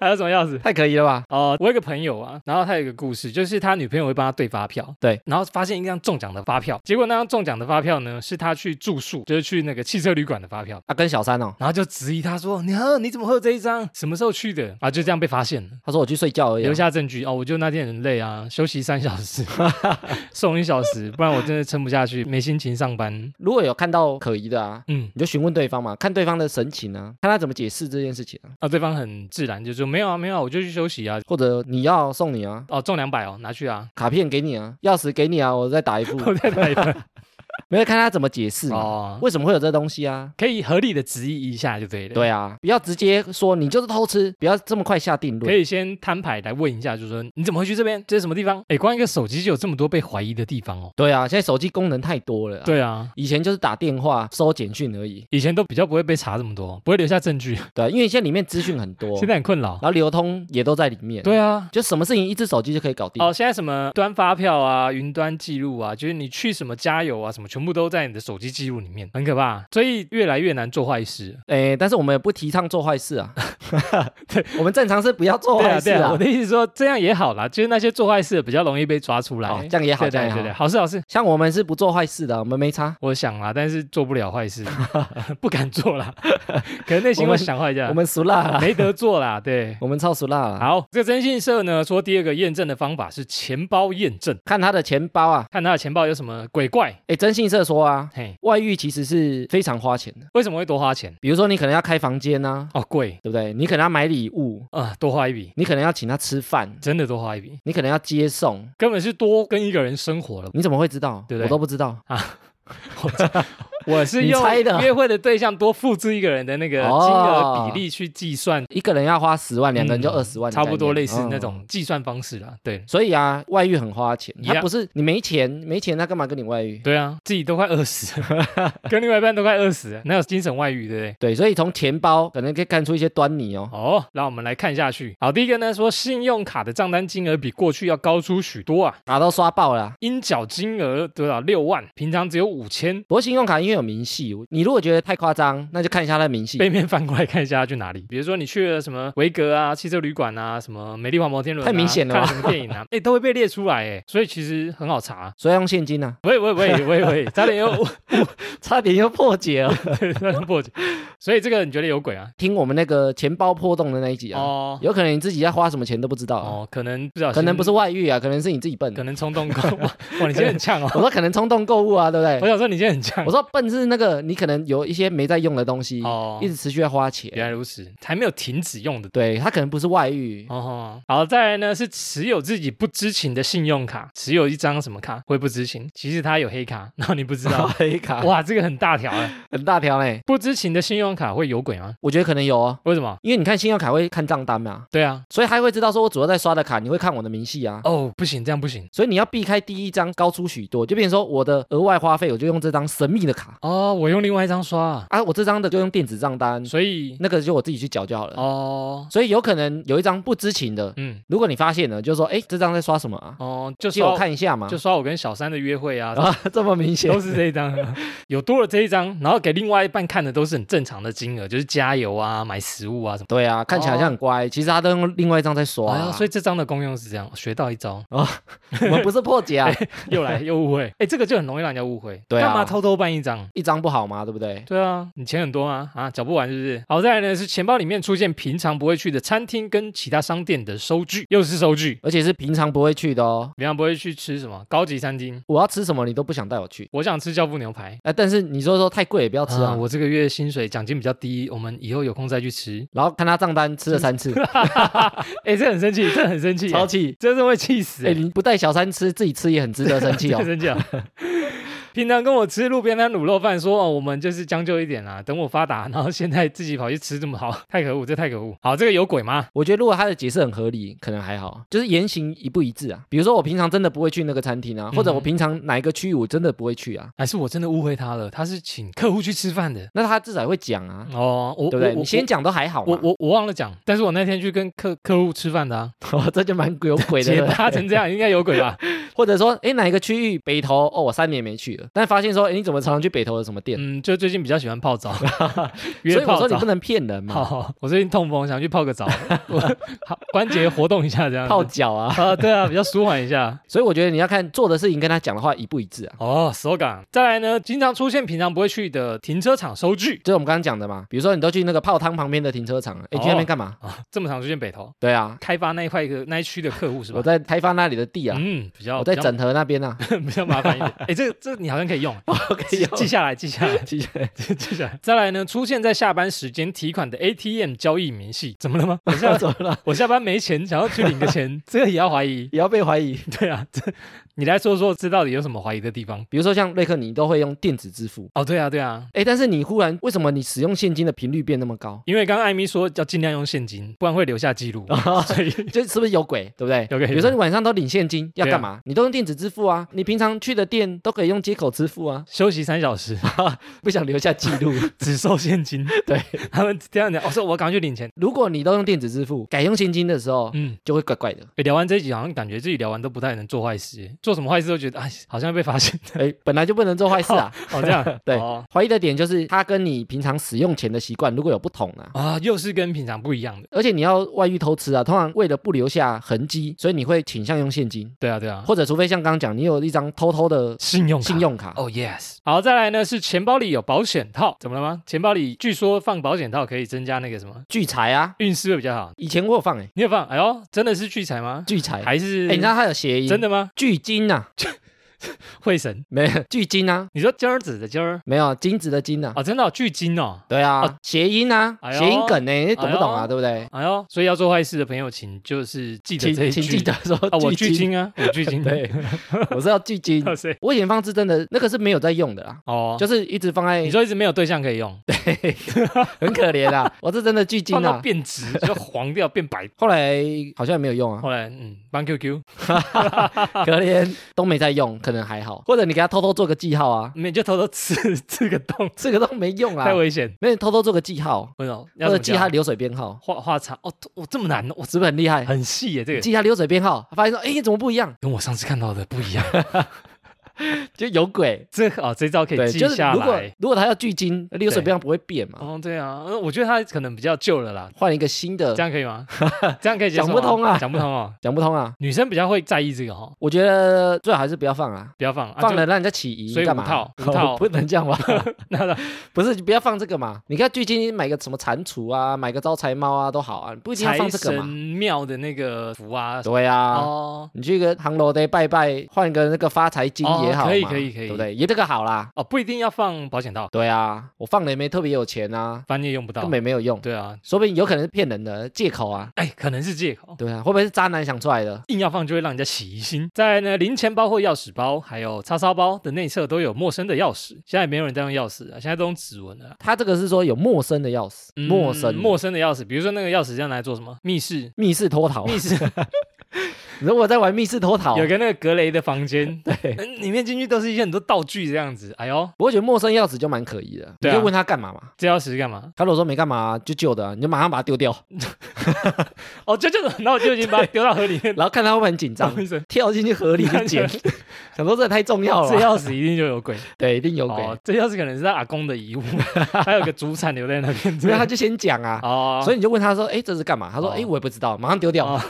S1: 还有什么钥匙？
S2: 太可疑了吧？
S1: 哦，我有个朋友啊，然后他有一个故事，就是他女朋友会帮他对发票，
S2: 对，
S1: 然后发现一张中奖的发票，结果那张中奖的发票呢，是他去住宿，就是去那个汽车旅馆的发票，
S2: 啊，跟小三哦，
S1: 然后就质疑他说，你啊，你怎么会有这一张？什么时候去的？啊，就这样被发现了。
S2: 他说我去睡觉而已啊、
S1: 留下证据哦，我就那天很累啊，休息三小时， 送一小时，不然我真的撑不下去，没心情上班。
S2: 如果有看到可疑的啊，
S1: 嗯，
S2: 你就询问对方嘛，看对方的神情啊，看他怎么解释这件事情啊，
S1: 啊，对方很自然就说没有啊，没有啊，我就去休息啊。
S2: 或者你要送你啊，
S1: 哦，中两百哦，拿去啊，
S2: 卡片给你啊，钥匙给你啊，我再打一副，
S1: 我再来一 份
S2: 没有看他怎么解释嘛，
S1: 哦，
S2: 为什么会有这东西啊？
S1: 可以合理的质疑一下就对了。
S2: 对啊，不要直接说你就是偷吃，不要这么快下定
S1: 可
S2: 论。
S1: 以先摊牌来问一下，就是说你怎么会去这边？这是什么地方？哎，光一个手机就有这么多被怀疑的地方哦。
S2: 对啊，现在手机功能太多了、，
S1: 对啊，
S2: 以前就是打电话、收简讯而已。
S1: 以前都比较不会被查这么多，不会留下证 据，
S2: 对啊、因为现在里面资讯很多，
S1: 现在很困扰
S2: 然。后流通也都在里面。。
S1: 对啊。
S2: 就什么事情一只手机就可以搞定，
S1: 哦，现在什么端发票啊、云端记录啊，就是你去什么加油啊，什么全部都在你的手机记录里面，很可怕。所以越来越难做坏事。
S2: 诶，但是我们也不提倡做坏事 啊。对，我们正常是不要做
S1: 对
S2: 坏
S1: 啊，
S2: 事
S1: 对啊。我的意思是说，这样也好啦，就是那些做坏事的比较容易被抓出来。
S2: 哦这样也好
S1: 对
S2: 这样
S1: 对
S2: 也好
S1: 对对，好事好事。
S2: 像我们是不做坏事的，我们没差。
S1: 我想啦，但是做不了坏 事，不敢做啦。 可能内心
S2: 我
S1: 会
S2: 们
S1: 想坏一下。
S2: 我们熟辣啦，
S1: 没得做啦，对。
S2: 我们超熟辣啦。
S1: 啊好，这个征信社呢说，第二个验证的方法是钱包验证，
S2: 看他的钱包啊，
S1: 看他的钱包有什么鬼怪。
S2: 诶，征信社说啊，
S1: 嘿，
S2: 外遇其实是非常花钱的。
S1: 为什么会多花钱？
S2: 比如说你可能要开房间呐、啊，
S1: 哦，贵
S2: 对不对？你可能要买礼物，
S1: 啊、多花一笔，
S2: 你可能要请他吃饭，
S1: 真的多花一笔，
S2: 你可能要接送，
S1: 根本是多跟一个人生活了。
S2: 你怎么会知道？
S1: 对不对
S2: 我都不知道。
S1: 我是
S2: 你
S1: 用
S2: 猜的
S1: 约会的对象多付之一个人的那个金额
S2: 哦
S1: 比例去计算，
S2: 一个人要花十万，两个人就
S1: 嗯
S2: 二十万的概
S1: 差
S2: 念、
S1: 不多类似
S2: 嗯
S1: 那。种计算方式啦。对，
S2: 所以啊，外遇很花钱，
S1: 一样
S2: 他不是你没钱，没钱他干嘛跟你外遇？
S1: 对啊，自己都快饿死了， 跟另外一半都快饿死了，哪有精神外遇，对不对？
S2: 对，所以从钱包可能可以看出一些端倪哦。
S1: 哦，让我们来看下去。好，第一个呢，说信用卡的账单金额比过去要高出许多啊，
S2: 打到刷爆了啊。
S1: 应缴金额多少六万，平常只有五千。
S2: 不过信用卡因为有明细，你如果觉得太夸张，那就看一下它的明细。
S1: 背面翻过来看一下，去哪里？比如说你去了什么维格啊、汽车旅馆啊、什么美丽华摩天轮啊、
S2: 太明显了
S1: 看
S2: 吧
S1: 了什么电影 啊，哎，都会被列出来哎，所以其实很好查。
S2: 所以要用现金啊，
S1: 喂喂喂喂 喂，差点又
S2: 差点又破解了。
S1: 差点破解，所以这个你觉得有鬼啊？
S2: 听我们那个钱包破洞的那一集啊，
S1: 哦
S2: 有可能你自己要花什么钱都不知道啊、
S1: 哦，可能不小心，
S2: 可能不是，外遇啊，可能是你自己笨。
S1: 可能冲动购物。哇，你今天很呛哦！
S2: 我说可能冲动购物啊，对不
S1: 我
S2: 对？
S1: 想说你今天很呛
S2: 我，说笨笨是那个你可能有一些没在用的东西，
S1: 哦
S2: 一直持续在花钱。
S1: 原来如此，还没有停止用的。
S2: 对他可能不是外遇，
S1: 哦，好，再来呢是持有自己不知情的信用卡，持有一张什么卡会不知情？其实它有黑卡， 然后你不知 道。
S2: 黑卡
S1: 哇，这个很大条哎！
S2: 很大条嘞，
S1: 不知情的信用卡会有鬼吗？
S2: 我觉得可能有哦，
S1: 为什么？
S2: 因为你看信用卡会看账单嘛，
S1: 对啊，
S2: 所以他会知道说我主要在刷的卡，你会看我的明细啊。
S1: 哦，不行，这样不行。
S2: 所以你要避开第一张高出许多，就变成说我的额外花费，我就用这张神秘的卡
S1: 哦，我用另外一张刷啊，
S2: 啊，我这张的就用电子账单，
S1: 所以
S2: 那个就我自己去缴就好了。
S1: 哦，
S2: 所以有可能有一张不知情的，
S1: 嗯，
S2: 如果你发现了，就说哎，这张在刷什么啊？
S1: 哦，就
S2: 借我
S1: 刷
S2: 看一下嘛。
S1: 就刷我跟小三的约会啊，
S2: 啊，这么明显
S1: 都是这一张，有多了这一张，然后给另外一半看的都是很正常的金额，就是加油啊、买食物啊什么。
S2: 对啊，看起来好像很乖，其实他都用另外一张在刷、
S1: 哎
S2: 啊
S1: 呀，所以这张的功用是这样，学到一招，
S2: 我们不是破 解啊，
S1: 又来又误会，哎，这个就很容易让人家误会，
S2: 对啊
S1: 干嘛偷偷办一张？
S2: 一张不好嘛，对不对？
S1: 对啊，你钱很多吗？啊，缴不完是不是？好再来呢是钱包里面出现平常不会去的餐厅跟其他商店的收据，又是收据，
S2: 而且是平常不会去的哦。
S1: 平常不会去吃什么高级餐厅，
S2: 我要吃什么你都不想带我去，
S1: 我想吃教父牛排。
S2: 哎、但是你说说太贵也不要吃啊。
S1: 我这个月薪水奖金比较低，我们以后有空再去吃。
S2: 然后看他账单吃了 三次，
S1: 哎、这很生气，这很生气，
S2: 超气。
S1: 真是会气死、欸！
S2: 哎、你不带小三吃，自己吃也很值得生气哦
S1: 真。的假的平常跟我吃路边摊卤肉饭，说哦，我们就是将就一点啦、等我发达，然后现在自己跑去吃这么好，太可恶，这太可恶！好，这个有鬼吗？
S2: 我觉得如果他的解释很合理，可能还好，就是言行一不一致啊。比如说我平常真的不会去那个餐厅啊，或者
S1: 嗯
S2: 我平常哪一个区域我真的不会去啊，
S1: 还是我真的误会他了？他是请客户去吃饭的
S2: 那他至少也会讲啊，
S1: 哦，我
S2: 对不对？
S1: 我我
S2: 你先讲都还好
S1: 我
S2: 嘛。
S1: 我我忘了讲，但是我那天去跟客客户吃饭的啊，
S2: 我哦这就蛮有鬼的
S1: 结
S2: 对不对。
S1: 巴成这样，应该有鬼 吧？
S2: 或者说，哎，哪一个区域北投？哦，我三年没去了，但发现说，哎，你怎么常常去北投的什么店？
S1: 嗯，就最近比较喜欢泡 澡，
S2: 所
S1: 约
S2: 以我
S1: 泡
S2: 说你
S1: 澡
S2: 不。能骗人嘛，
S1: 好，我最近痛风，想去泡个澡，我好关节活动一下这样子。
S2: 泡脚啊。
S1: 啊，对啊，比较舒缓一下。
S2: 所以我觉得你要看做的事情跟他讲的话一不一致啊。
S1: 哦，手感。再来呢，经常出现平常不会去的停车场收据，
S2: 就是我们刚刚讲的嘛，比如说你都去那个泡汤旁边的停车场，
S1: 哦
S2: 哎，去那边干嘛？
S1: 这么常出现北投
S2: 对啊，
S1: 开发那一块的那一区的客户是吧？
S2: 我在开发那里的地啊，
S1: 嗯，比较
S2: 我在
S1: 比较
S2: 整合 那边啊，
S1: 比较麻烦一 点。哎，这这你好像可以用，记记下来，记下来，
S2: 记下来，
S1: 记下来。再来呢，出现在下班时间提款的 ATM 交易明细，怎么 了吗？我下
S2: 怎么了？
S1: 我下班没钱，想要去领个 钱，这个也要怀疑。
S2: 也要被怀疑。
S1: 对啊，这你来说说，这到底有什么怀疑的地方？
S2: 比如说像瑞克，你都会用电子支付，
S1: 哦，对啊，对啊，
S2: 哎，但是你忽然为什么你使用现金的频率变那么高？
S1: 因为刚刚艾米说要尽量用现金，不然会留下记录，
S2: 哦
S1: 所以
S2: 就是不是有鬼，对不对？
S1: 有鬼
S2: 比如说你晚上都领现金，要
S1: 对啊
S2: 干嘛？你都用电子支付啊，你平常去的店都可以用接口支付啊，
S1: 休息三小时。
S2: 不想留下记 录。
S1: 只收现 金。
S2: 对，
S1: 他们这样讲，我、哦说我赶快去领钱。
S2: 如果你都用电子支付，改用现金的时候，
S1: 嗯，
S2: 就会怪怪的。
S1: 诶聊完这一集，好像感觉自己聊完都不太能做坏事耶，做什么坏事都觉得哎，好像被发 现。
S2: 哎，本来就不能做坏事啊。
S1: 哦，这样
S2: 对
S1: 哦
S2: 怀疑的点就是他跟你平常使用钱的习惯如果有不同啊。
S1: 啊，又是跟平常不一样的。
S2: 而且你要外遇偷吃啊，通常为了不留下痕迹，所以你会倾向用现金，
S1: 对啊，对啊，
S2: 或者除非像刚刚讲，你有一张偷偷的
S1: 信用卡
S2: 信。用卡，
S1: 哦、yes，好，再来呢是钱包里有保险套，怎么了吗？钱包里据说放保险套可以增加那个什么
S2: 聚财啊。
S1: 运势会比较好。
S2: 以前我有放哎、
S1: 你有放？哎呦，真的是聚财吗？
S2: 聚财，哎、
S1: 还是、
S2: 你知道它有谐音，
S1: 真的吗？
S2: 聚金呐、啊，
S1: 会神？
S2: 没有聚金啊，
S1: 你说金儿子的金儿？
S2: 没有金子的金呐、啊。
S1: 哦，真的、哦、聚金哦。
S2: 对啊
S1: 哦，
S2: 谐音啊，
S1: 哎呦
S2: 谐音梗呢、你懂不懂
S1: 哎
S2: 啊？
S1: 呦
S2: 对不对？
S1: 哎呦，所以要做坏事的朋友，请就是记得
S2: 请
S1: 这一句。
S2: 请记得说
S1: 啊，我
S2: 聚
S1: 巨
S2: 金，
S1: 金啊，我巨 金。
S2: 对，我是要 聚金。
S1: 哇塞，
S2: 我以前放置真的那个是没有在用的啦，
S1: 哦，就
S2: 就是一直放在
S1: 你说一直没有对象可以用，
S2: 很可怜 啊，我是真的巨
S1: 放
S2: 金
S1: 到
S2: 啊。
S1: 变 直就黄掉变白。
S2: 后来好像也没 有用啊，
S1: 后来嗯，帮 QQ，
S2: 可怜都没在用，可能还好。或者你给他偷偷做个记号啊，
S1: 你就偷偷刺刺个 洞，
S2: 这个都没用啊
S1: 嗯太，危险。
S2: 没有偷偷做个记号，
S1: 为什么？
S2: 或
S1: 要怎
S2: 者
S1: 么
S2: 记他
S1: 讲
S2: 流水编号，
S1: 画画叉哦，我这么难哦，我
S2: 是不是很厉害？
S1: 很细耶，这个
S2: 记他流水编号，发现说，哎，怎么不一样？
S1: 跟我上次看到的不一样。
S2: 就有鬼。
S1: 这哦，这招可
S2: 对，
S1: 以记
S2: 就是
S1: 下
S2: 如果
S1: 来。
S2: 如果他要聚金，流水
S1: 对
S2: 编号不会变嘛，
S1: 哦，对啊，呃我觉得他可能比较旧了啦，
S2: 换一个新的
S1: 这，样可以 吗？这样可以接受吗
S2: 讲不通啊
S1: 讲不通哦。
S2: 讲不通啊。
S1: 女生比较会在意这个哦，
S2: 我觉得最好还是不要放啊，
S1: 不要放，啊
S2: 放
S1: 就
S2: 了让人家起疑
S1: 所以
S2: 干
S1: 五
S2: 嘛
S1: 套？五套啊
S2: 不能 这样吧？
S1: 那那
S2: 不是，你不要放这个嘛。你看最近买个什么蟾蜍啊，买个招财猫啊，都好啊，你不一定要放
S1: 财
S2: 这个
S1: 神
S2: 嘛。
S1: 庙的那个符啊，
S2: 对啊，
S1: 哦，
S2: 你去一个航楼的拜拜，换一个那个发财金也也好嘛、
S1: 哦可以可以可以
S2: 对不对？也这个好啦。
S1: 哦，不一定要放保险套，
S2: 对啊，我放了也没特别有钱啊，
S1: 反正也用不到
S2: 根。本没有用，
S1: 对啊，
S2: 说不定有可能是骗人的借口啊。
S1: 哎，可能是借口。
S2: 对啊，会不会是渣男想出来的？
S1: 硬要放就会让人家起疑心。再来呢，零钱包或钥匙包，还有叉烧包的内侧都有陌生的钥匙。现在没有人在用钥匙啊了，现在都用指纹了啦。
S2: 他这个是说有陌生的钥匙，
S1: 嗯
S2: 陌生
S1: 陌生的钥匙，比如说那个钥匙这样拿来做什么？密室，
S2: 密室脱逃。
S1: 密室
S2: 如果在玩密室脱逃，
S1: 有个那个格雷的房间，
S2: 哦 对。
S1: 嗯里面进去都是一些很多道具这样子。哎呦，
S2: 我觉得陌生钥匙就蛮可疑的，
S1: 对啊
S2: 你就问他干嘛嘛。
S1: 这钥匙干嘛？
S2: 他如果说没干嘛、就旧的啊、你就马上把它 丢掉，
S1: 哦，就这个，然后我就已经把它丢到河里面，
S2: 然后看他会不会很紧 张
S1: 然后，一声，
S2: 跳进去河里去捡。 想说这也太重要
S1: 这
S2: 了吧，
S1: 钥匙一定就有鬼。
S2: 对，一定有鬼。
S1: 哦，这钥匙可能是他阿公的遗物，还有个祖产留在那 边。
S2: 所以他就先讲啊，
S1: 哦，
S2: 所
S1: 以
S2: 以你就问他说：“哎，这是干嘛？”他说：“
S1: 哦
S2: 哎，我也不知道，马上丢掉
S1: 哦。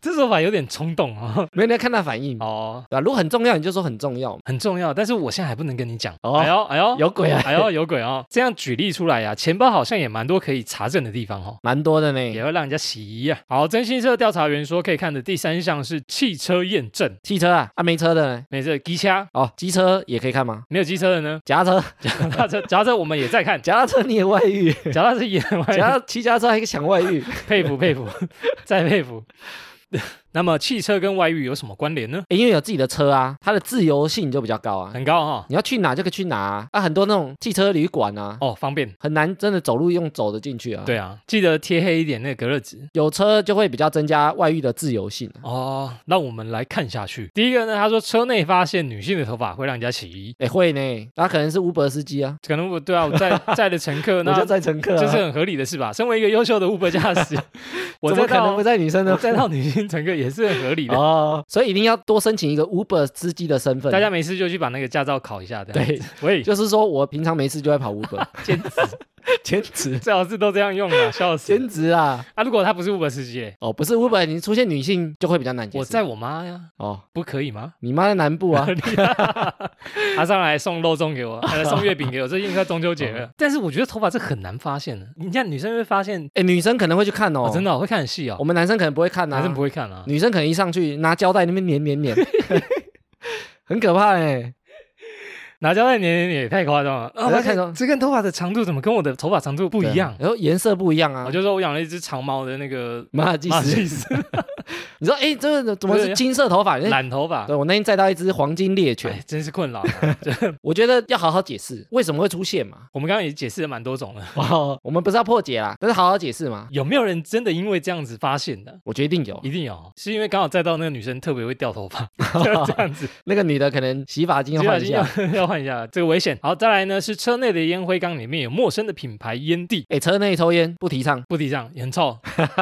S1: 这手法有点冲动哦。”
S2: 没有人看他反应，
S1: 哦，
S2: 对吧？如果很重要，你就说很重要。
S1: 很重要，但是我现在还不能跟你讲。
S2: 哦
S1: 哎呦，哎呦，
S2: 有鬼啊
S1: 哎呦，有鬼哦！这样举例出来呀、啊钱包好像也蛮多可以查证的地方哦。
S2: 蛮多的
S1: 也
S2: 呢。
S1: 会让人家起疑啊。好，征信社调查员说，可以看的第三项是汽车验证。
S2: 汽车啊，啊没车的呢。
S1: 没事，机车
S2: 哦，机车也可以看吗？
S1: 没有机车的呢，
S2: 脚踏车，
S1: 脚踏车，脚踏车我们也在看，
S2: 脚踏车你也外遇，
S1: 脚踏车也
S2: 脚
S1: 外，
S2: 踏骑脚踏车还可以抢外遇，
S1: 佩服佩服， 再佩服。 那么汽车跟外遇有什么关联呢？
S2: 诶因为有自己的车啊，它的自由性就比较高啊。
S1: 很高哈、
S2: 你要去哪就可以去哪啊，啊很多那种汽车旅馆啊，
S1: 哦，方便。
S2: 很难真的走路用走的进去啊。，嗯
S1: 对啊，记得贴黑一点那个隔热纸
S2: 有车就会比较增加外遇的自由性啊。
S1: 哦。让我们来看下去。第一个呢，他说车内发现女性的头发会让人家起疑，
S2: 哎，会呢，他可能是乌伯司机啊，
S1: 可能我对啊，我 在在的乘客
S2: 我
S1: 那
S2: 就载乘客啊，
S1: 这是很合理的事吧？身为一个优秀的 Uber 驾 驶，我
S2: 怎
S1: 再
S2: 么可能
S1: 到
S2: 不载女生 哦
S1: 我
S2: 呢？
S1: 再到女性乘客也是很合理的。
S2: 哦，所以一定要多申请一个 Uber 司机的身份。
S1: 大家没事就去把那个驾照考一下，这样
S2: 对，
S1: 喂，
S2: 就是说我平常没事就在 跑 Uber，
S1: 兼 职
S2: 兼职，
S1: 最好是都这样用啊，笑死
S2: 兼职啊。
S1: 啊！如果他不是 Uber 司机嘞，
S2: 哦，不是 Uber，你出现女性就会比较难解释。
S1: 我载我妈呀，
S2: 哦，
S1: 不可以吗？
S2: 你妈在南部 啊，
S1: 他上来送肉粽给 我，还来送月饼给我，最近快中秋节了。哦但是我觉得头发是很难发现的，你看女生会发现，
S2: 哎，女生可能会去看哦
S1: 哦，，真的哦会看很细
S2: 我
S1: 哦，
S2: 们男生可能不会看啊，
S1: 男生不会看啊。
S2: 女生可能一上去拿胶带那边粘粘粘， 很可怕哎、
S1: 拿胶带粘粘粘也太夸张了，啊
S2: 我在
S1: 我
S2: 看
S1: 看
S2: 说
S1: 这根头发的长度怎么跟我的头发长度不一样
S2: 对啊？然后颜色不一样啊
S1: 我。就说我养了一只长毛的那个
S2: 马尔济
S1: 马
S2: 斯，
S1: 吉斯
S2: 你说哎、诶这个怎么是金色头发？哎
S1: 染头发，
S2: 对我那天载到一只黄金猎 犬
S1: 哎，，真是困扰啊。
S2: 我觉得要好好解释为什么会出 现嘛。
S1: 我们刚刚也解释了蛮多种了，
S2: 哇，我们不是要破解啦，但是好好解释嘛。
S1: 有没有人真的因为这样子发现的？
S2: 我决定有
S1: 一定有，是因为刚好载到那个女生特别会掉头发， 就这样子，
S2: 那个女的可能洗发精要
S1: 洗发
S2: 换一
S1: 精
S2: 下
S1: 要，要换一下， 这个危险。好，再来呢是车内的烟灰缸里面有陌生的品牌烟蒂，
S2: 哎、车内抽烟不提倡。
S1: 不提倡，很臭，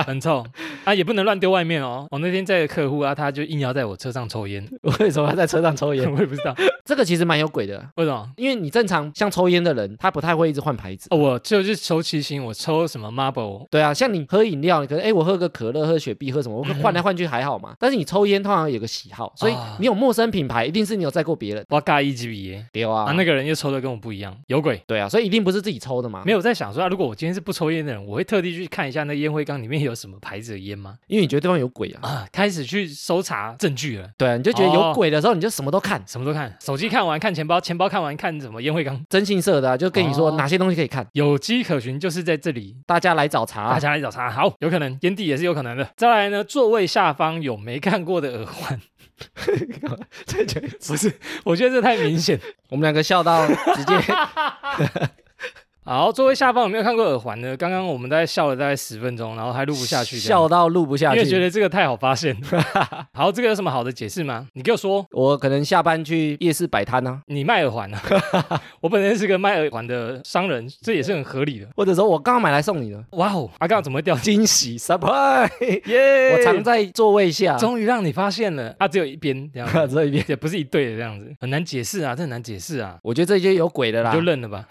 S1: 很 臭啊，也不能乱丢外面哦。我那天载的客户啊，他就硬要在我车上抽烟，
S2: 为什么要在车上抽
S1: 我
S2: 烟？
S1: 也不知道
S2: 这个其实蛮有鬼的，
S1: 为什么。
S2: 因为你正常像抽烟的人，他不太会一直换牌子。
S1: 哦，我就是抽七星，我抽什么 Marble，
S2: 对啊，像你喝饮料，你可能哎、诶我喝个可乐，喝雪碧，喝什么，
S1: 嗯
S2: 我换来换去还好嘛。但是你抽烟通常有个喜好，所以
S1: 啊
S2: 你有陌生品牌，一定是你有载过别人。
S1: 哇嘎一级比耶
S2: 对啊，
S1: 啊，那个人又抽的跟我不一样，有鬼。
S2: 对啊，所以一定不是自己抽的嘛。
S1: 没有在想说、啊，如果我今天是不抽烟的人，我会特地去看一下那烟灰缸里面有什么牌子的烟吗？
S2: 因为你觉得对方有鬼啊。
S1: 啊，开始去搜查证据了，
S2: 对啊，你就觉得
S1: 哦
S2: 有鬼的时候，你就什么都看。
S1: 什么都看，手机看完看钱包，钱包看完看什么烟灰缸，
S2: 征信社的、啊、就跟你说
S1: 哦
S2: 哪些东西可以看，
S1: 有迹可循，就是在这里。
S2: 大家来找茬啊、
S1: 大家来找茬，好，有可能烟蒂也是有可能的。再来呢，座位下方有没看过的耳环， 不是，我觉得这太明显。
S2: 我们两个笑到直 接
S1: 好，座位下方有没有看过耳环呢？刚刚我们大概笑了大概十分钟，然后还录不下去，
S2: 笑到录不下
S1: 因为觉
S2: 去。
S1: 得这个太好发 现了。好，这个有什么好的解释吗？你给我说，
S2: 我可能下班去夜市摆摊啊，
S1: 你卖耳环 啊？我本身是个卖耳环的商人，这也是很合理的。
S2: 或者说我刚刚买来送你的
S1: 哇哦，阿刚怎么会掉进？
S2: 惊喜 surprise，
S1: 耶
S2: 我藏在座位下，
S1: 终于让你发现了，啊，只有一边这样子，
S2: 这一边。
S1: 也不是一对的这样子，很难解释啊，这很难解释啊，
S2: 我觉得这些有鬼的
S1: 你
S2: 啦，
S1: 就认了吧。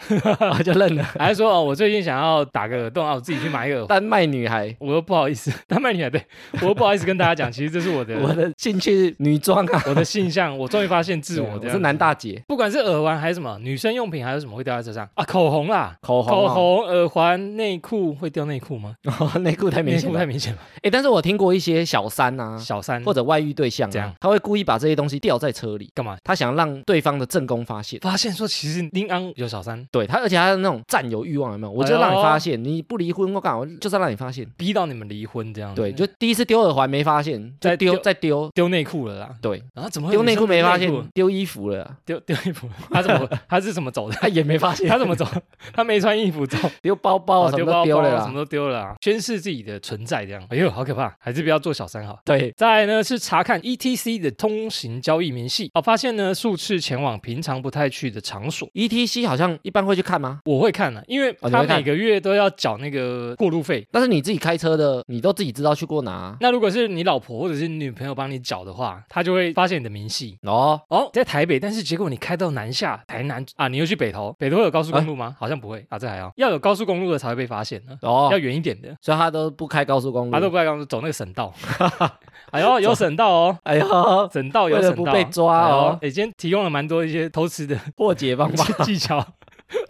S2: 就认了。
S1: 还是说哦，我最近想要打个耳洞啊，我自己去买一个耳环。
S2: 丹麦女孩，
S1: 我又不好意思，丹麦女孩对，我又不好意思跟大家讲，其实这是我的
S2: 我的兴趣女装啊，
S1: 我的性向，我终于发现自
S2: 对啊
S1: 我这
S2: 我
S1: 样。
S2: 是男，大姐，
S1: 不管是耳环还是什么，女生用品还有什么会掉在车上啊？口红啦，
S2: 口红、
S1: 口
S2: 啊，哦
S1: 红、耳环、内裤会掉内裤吗？
S2: 内裤太明
S1: 内
S2: 显
S1: 裤
S2: 了
S1: 太。明显了。
S2: 哎，但是我听过一些小三啊，
S1: 小三
S2: 或
S1: 者
S2: 者外遇对象
S1: 这样
S2: 啊，他会故意把这些东西掉在车里，
S1: 干嘛？
S2: 他想让对方的正宫发现。
S1: 发现说其实林安有小三，
S2: 对他，而且他的那种占有欲望有没有？我就让你发现，你不离婚我干嘛？我就是要让你发现。
S1: 逼到你们离婚这样。
S2: 哦对，就第一次丢耳环没发现，
S1: 再
S2: 再丢
S1: 丢
S2: 再丢，
S1: 丢内裤了啦。
S2: 对，
S1: 然后怎么会
S2: 丢
S1: 有女
S2: 内
S1: 生
S2: 裤没发现
S1: 裤，
S2: 丢衣服了啊，
S1: 丢丢 衣服，他 怎么他是怎么走的？
S2: 他也没发
S1: 他
S2: 现，
S1: 怎么走？ 他没穿衣服走，
S2: 丢包包啊
S1: 哦
S2: 什么
S1: 丢
S2: 都
S1: 包
S2: 丢
S1: 包
S2: 了
S1: 啊，什么
S2: 啦。
S1: 都丢了啊，宣示自己的存在这样。哎呦，好可怕，还是不要做小三好。
S2: 对，
S1: 再来呢是查看 ETC 的通行交易明细，哦，发现呢数次前往平常不太去的场所，
S2: E T C 好像一般会去看吗？
S1: 我会看的、因为
S2: 哦你
S1: 他
S2: 会看
S1: 每个月都要缴那个过路费。
S2: 但是你自己开车的，你都自己知道去过哪啊
S1: 那如果是你老婆或者是你女朋友帮你缴的话，她就会发现你的明细。
S2: 哦，
S1: 哦，在台北，但是结果你开到南下台南啊，你又去北投，北投有高速公路吗？好像不会啊，这还好，要有高速公路的才会被发现呢，
S2: 哦
S1: 要，远一点的，啊
S2: 所以他都不开高速公
S1: 他都
S2: 路。
S1: 不爱刚走那个省 道，哎呦，有省道哦，
S2: 哎呦，
S1: 省道有
S2: 为了
S1: 省道，
S2: 不被抓哦
S1: 哎呦，哎今天提供了蛮多一些偷吃的
S2: 破解方 法，
S1: 技巧，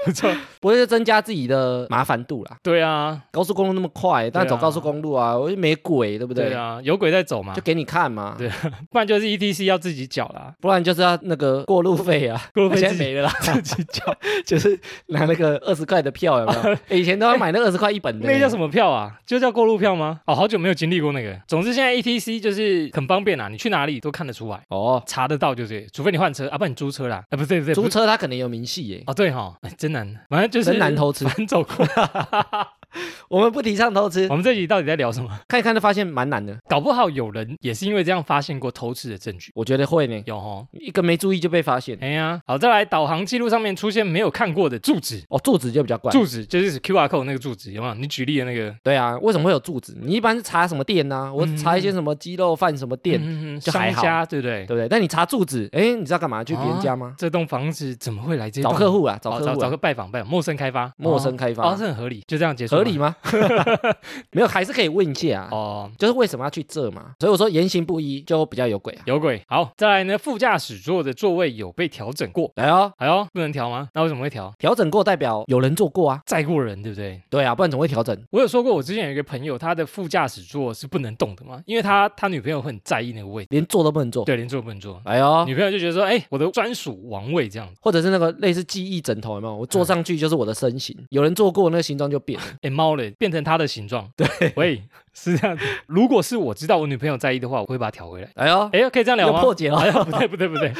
S1: 不错，
S2: 不是增加自己的麻烦度啦。
S1: 对啊，
S2: 高速公路那么快，但
S1: 对啊
S2: 走高速公路啊，我又没鬼，对不
S1: 对
S2: 对？
S1: 啊，有鬼在走嘛
S2: 就，给你看嘛
S1: 对，不然就是 E T C 要自己缴啦，
S2: 不然就是要那个过路费啊，
S1: 过路费
S2: 现
S1: 自
S2: 在
S1: 己
S2: 没了啦，
S1: 自己 缴，
S2: 就是拿那个二十块的票 有没有？欸以前都要买那二十块一本的，
S1: 那个叫什
S2: 么？
S1: 么票啊？就叫过路票吗？哦，好久没有经历过那个，总之现在 E T C 就是很方便啊，你去哪里都看得出来。
S2: 哦，
S1: 查得到就对，除非你换车啊，不然你租车啦，啊不对不对，不
S2: 租
S1: 是
S2: 车它可能有明细耶，
S1: 哦对哈，哎真难，反正就是
S2: 真难偷吃。
S1: 反 走过。
S2: 我们不提倡偷吃
S1: 我，们这集到底在聊什么？
S2: 看一看就发现蛮难的，
S1: 搞不好有人也是因为这样发现过偷吃的证据，
S2: 我觉得会呢，
S1: 有哦。
S2: 一个没注意就被发现。
S1: 哎呀，好，再来导航记录上面出现没有看过的住址，
S2: 哦，住址就比较怪。
S1: 住址就是 Q R code 那个住址，有没有？你举例的那个
S2: 对啊，为什么会有住址？你一般是查什么店呐？我
S1: 嗯
S2: 查一些什么鸡肉饭什么店，
S1: 嗯嗯嗯
S2: 就还
S1: 商
S2: 好
S1: 家，对不对？
S2: 对不对？但你查住址，哎，你知道干嘛？去别
S1: 啊
S2: 人家吗？
S1: 这栋房子怎么会来这？
S2: 找客，户啊，
S1: 找
S2: 找客户
S1: 哦找
S2: 啊
S1: 个，拜访拜访，陌生开发，
S2: 陌生开
S1: 哦，
S2: 发
S1: 哦，这很合理，就这样结束，
S2: 合理。吗？ 没有，还是可以问一下啊。
S1: 啊哦，
S2: 就是为什么要去这嘛？所以我说言行不一就比较有鬼啊。
S1: 有鬼。好，再来呢，副驾驶座的座位有被调整过，
S2: 来哦，
S1: 哎呦，不能调吗？那为什么会调？
S2: 调整过代表有人做过啊。
S1: 载过人，对不对？
S2: 对啊，不然怎么会调整？
S1: 我有说过，我之前有一个朋友，他的副驾驶座是不能动的嘛，因为他他女朋友会很在意那个位置，
S2: 连坐都不能坐。
S1: 对，连坐都不能坐。
S2: 哎呦，
S1: 女朋友就觉得说，哎、我的专属王位这样子。
S2: 或者是那个类似记忆枕头，有没有？我
S1: 嗯
S2: 坐上去就是我的身形，有人坐过，那个形状就变了。
S1: 哎，猫嘞，变成他的形状。对，喂，是这样子。如果是我知道我女朋友在意的话，我会把它调回来。
S2: 哎呦，
S1: 哎，可以这样聊
S2: 有
S1: 吗？
S2: 破解 了。
S1: 哎呀，不对不对不对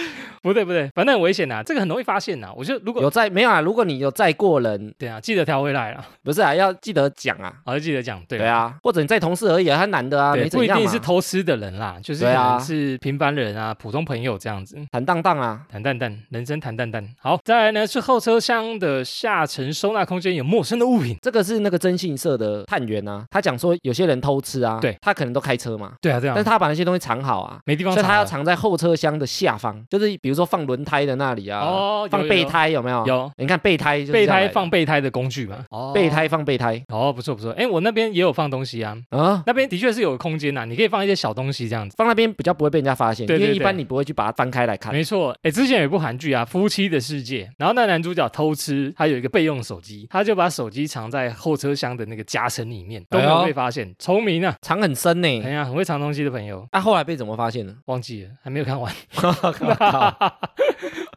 S1: 不对不对，反正很危险呐、啊这个很容易发现呐、我觉得如果
S2: 有载没有啊？如果你有载过人，
S1: 对啊，记得调回来啊，
S2: 不是啊，要记得讲啊。
S1: 好就记得讲对
S2: 对。啊，或者你载同事而已啊，他男的啊，
S1: 对
S2: 没
S1: 不
S2: 怎
S1: 一
S2: 样
S1: 定
S2: 嘛
S1: 是，偷吃的人啦，就是可
S2: 对啊
S1: 能是平凡人啊，普通朋友这样子。
S2: 坦荡荡啊。
S1: 坦蛋蛋，人生坦蛋蛋。好，再来呢是后车厢的下层收纳空间有陌生的物品。
S2: 这个是那个征信社的探员啊，他讲说有些人偷吃啊，
S1: 对
S2: 他可能都开车嘛，
S1: 对啊，对啊，
S2: 但是他把那些东西藏好啊，
S1: 没地方
S2: 所
S1: 藏
S2: 以
S1: 了，
S2: 它要藏在后车厢的下方，就是比如说放轮胎的那里啊，
S1: 哦，有
S2: 放备，胎有没有？
S1: 有有有
S2: 你看备胎就是
S1: 备
S2: 这样来
S1: 胎
S2: 的
S1: 放备胎的工具嘛。哦
S2: 备。胎放备胎
S1: 哦，不错不错，哎，我那边也有放东西啊，
S2: 啊。
S1: 那边的确是有空间呐、啊你可以放一些小东西这样子。
S2: 放那边比较不会被人家发现，
S1: 对对
S2: 因为一
S1: 对
S2: 般你不会去把它翻开来看。
S1: 没错，哎，之前有一部韩剧啊，《夫妻的世界》，然后那男主角偷吃，他有一个备用手机，他就把手机藏在后车厢的那个夹层里面，都没
S2: 哎
S1: 有
S2: 呦嗯
S1: 被发现，聪明啊！
S2: 藏很深呢、
S1: 哎呀，很会藏东西的朋友，
S2: 那、后来被怎么发现 呢？
S1: 忘记了，还没有看完。
S2: 靠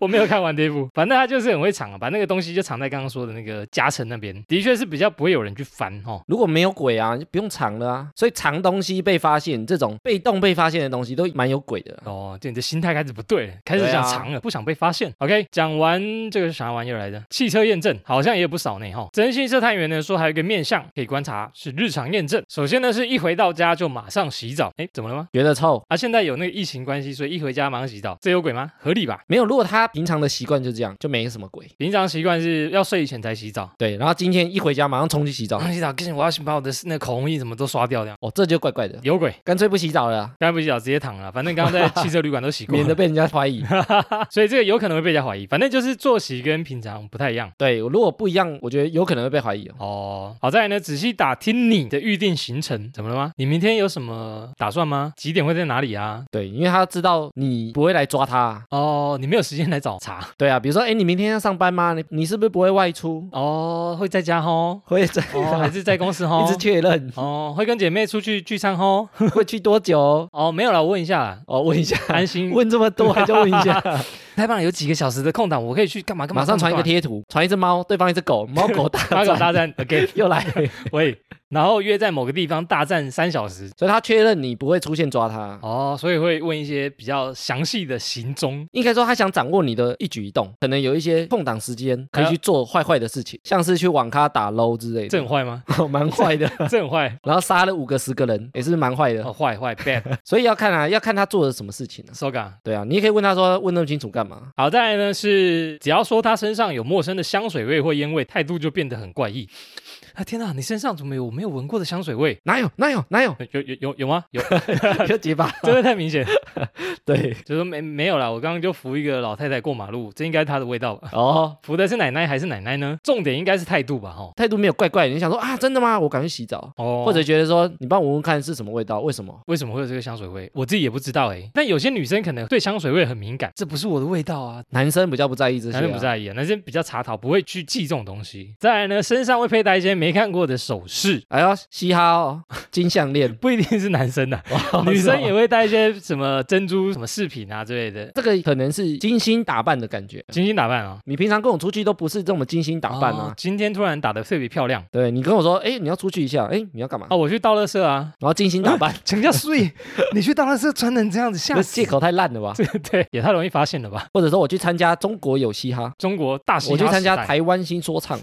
S1: 我没有看完这一部， 反正他就是很会藏啊，把那个东西就藏在刚刚说的那个夹层那边，的确是比较不会有人去翻哦。
S2: 如果没有鬼啊，就不用藏了啊。所以藏东西被发现，这种被动被发现的东西都蛮有鬼的啊。
S1: 哦，就你的心态开始不对了，开始
S2: 啊
S1: 想藏了，不想被发现。OK，讲完这个是啥玩意儿来着？汽车验证好像也不少呢哈、哦。征信社探员呢说还有一个面向可以观察是日常验证。首先呢是一回到家就马上洗澡，哎，怎么了吗？
S2: 觉得臭
S1: 啊，现在有那个疫情关系，所以一回家马上洗澡，这有鬼吗？合理吧？
S2: 没有？如果他平常的习惯就这样，就没什么鬼。
S1: 平常习惯是要睡以前才洗澡，
S2: 对，然后今天一回家马上冲去洗澡
S1: 然，后洗澡，不行，我要先把我的那口红印什么都刷掉，这样
S2: 哦，这就怪怪的，
S1: 有鬼。
S2: 干脆不洗澡了 啊，
S1: 刚才不洗澡直接躺了，反正刚刚在汽车旅馆都洗过
S2: 免得
S1: 了，
S2: 被人家怀疑。
S1: 所以这个有可能会被人家怀疑。反正就是作息跟平常不太一样。
S2: 对，我如果不一样，我觉得有可能会被怀疑哦。
S1: 哦，好在呢，仔细打听你的预定行程，怎么了吗？你明天有什么打算吗？几点会在哪里啊？
S2: 对，因为他知道你不会来抓他啊。
S1: 哦，你没有时间来找茶
S2: 对啊，比如说，哎，你明天要上班吗？你你是不是不会外出？
S1: 哦，会在家 吼，
S2: 会在、
S1: 哦，还是在公司吼
S2: 一直？确认
S1: 哦，会跟姐妹出去聚餐吼？
S2: 会去多久？
S1: 哦，没有了，我问一下 啦，
S2: 哦，问一下，
S1: 安心。
S2: 问这么多还就问一下，
S1: 太棒了，有几个小时的空档，我可以去干嘛干嘛？
S2: 马上
S1: 干
S2: 传一
S1: 嘛
S2: 个，贴图，传一只猫，对方一只狗，猫狗大
S1: 干嘛马
S2: 战
S1: 搞大战，OK，
S2: 又来，
S1: 喂，然后约在某个地方大战三小时。
S2: 所以他确认你不会出现抓他。
S1: 哦，所以会问一些比较详细的行踪，
S2: 应该说，他想掌握你的一举一动，可能有一些空档时间可以去做坏坏的事情，像是去网咖打 LO 之类
S1: 哎这
S2: 的
S1: 很，坏 吗？
S2: 哦蛮坏的。
S1: 这很坏，
S2: 然后杀了五个、十个人，也是蛮坏的。
S1: 哦，坏坏 bad
S2: 所以要看啊，要看他做了什么事情啊。
S1: soga。
S2: 对啊，你也可以问他说，问那么清楚干嘛？
S1: 好，再来呢是，只要说他身上有陌生的香水味或烟味，态度就变得很怪异。啊天哪，你身上怎么有我没有闻过的香水味？
S2: 哪有哪有哪 有？
S1: 有有有有吗？有，
S2: 就结巴。
S1: 真的太明显。
S2: 对，
S1: 就说没没有啦，我刚刚就扶一个老太太过马路，这应该是她的味道吧？
S2: 哦，
S1: 扶的是奶奶还是奶奶呢？重点应该是态度吧，哈。
S2: 态度没有怪怪的，你想说啊，真的吗？我赶去洗澡，
S1: 哦
S2: 或者觉得说，你帮我闻闻看是什么味道？为什么？
S1: 为什么会有这个香水味？我自己也不知道哎、但有些女生可能对香水味很敏感，这不是我的味道啊。
S2: 男生比较不在意这些、啊，
S1: 男生不在意啊，男生比较茶讨，不会去记这种东西。再来呢，身上会佩戴一些没看过的首饰，，
S2: 哎呦，嘻哈哦， 金项链
S1: 不一定是男生的、 啊女生也会戴一些什么珍珠、什么饰品啊之类的，
S2: 这个可能是精心打扮的感觉。
S1: 精心打扮啊。
S2: 你平常跟我出去都不是这么精心打扮
S1: 哦
S2: 啊。
S1: 今天突然打得特别漂亮
S2: 对你跟我说，哎，你要出去一下，哎，你要干嘛？
S1: 啊！我去倒垃圾啊，
S2: 然后精心打扮，
S1: 请假睡，你去倒垃圾穿 成这样子，吓
S2: 这借口太烂了吧？
S1: 对，也太容易发现了吧？
S2: 或者说我去参加中国有嘻哈，
S1: 中国大 嘻
S2: 我
S1: 哈
S2: 去参加
S1: 时代
S2: 台湾新说 唱，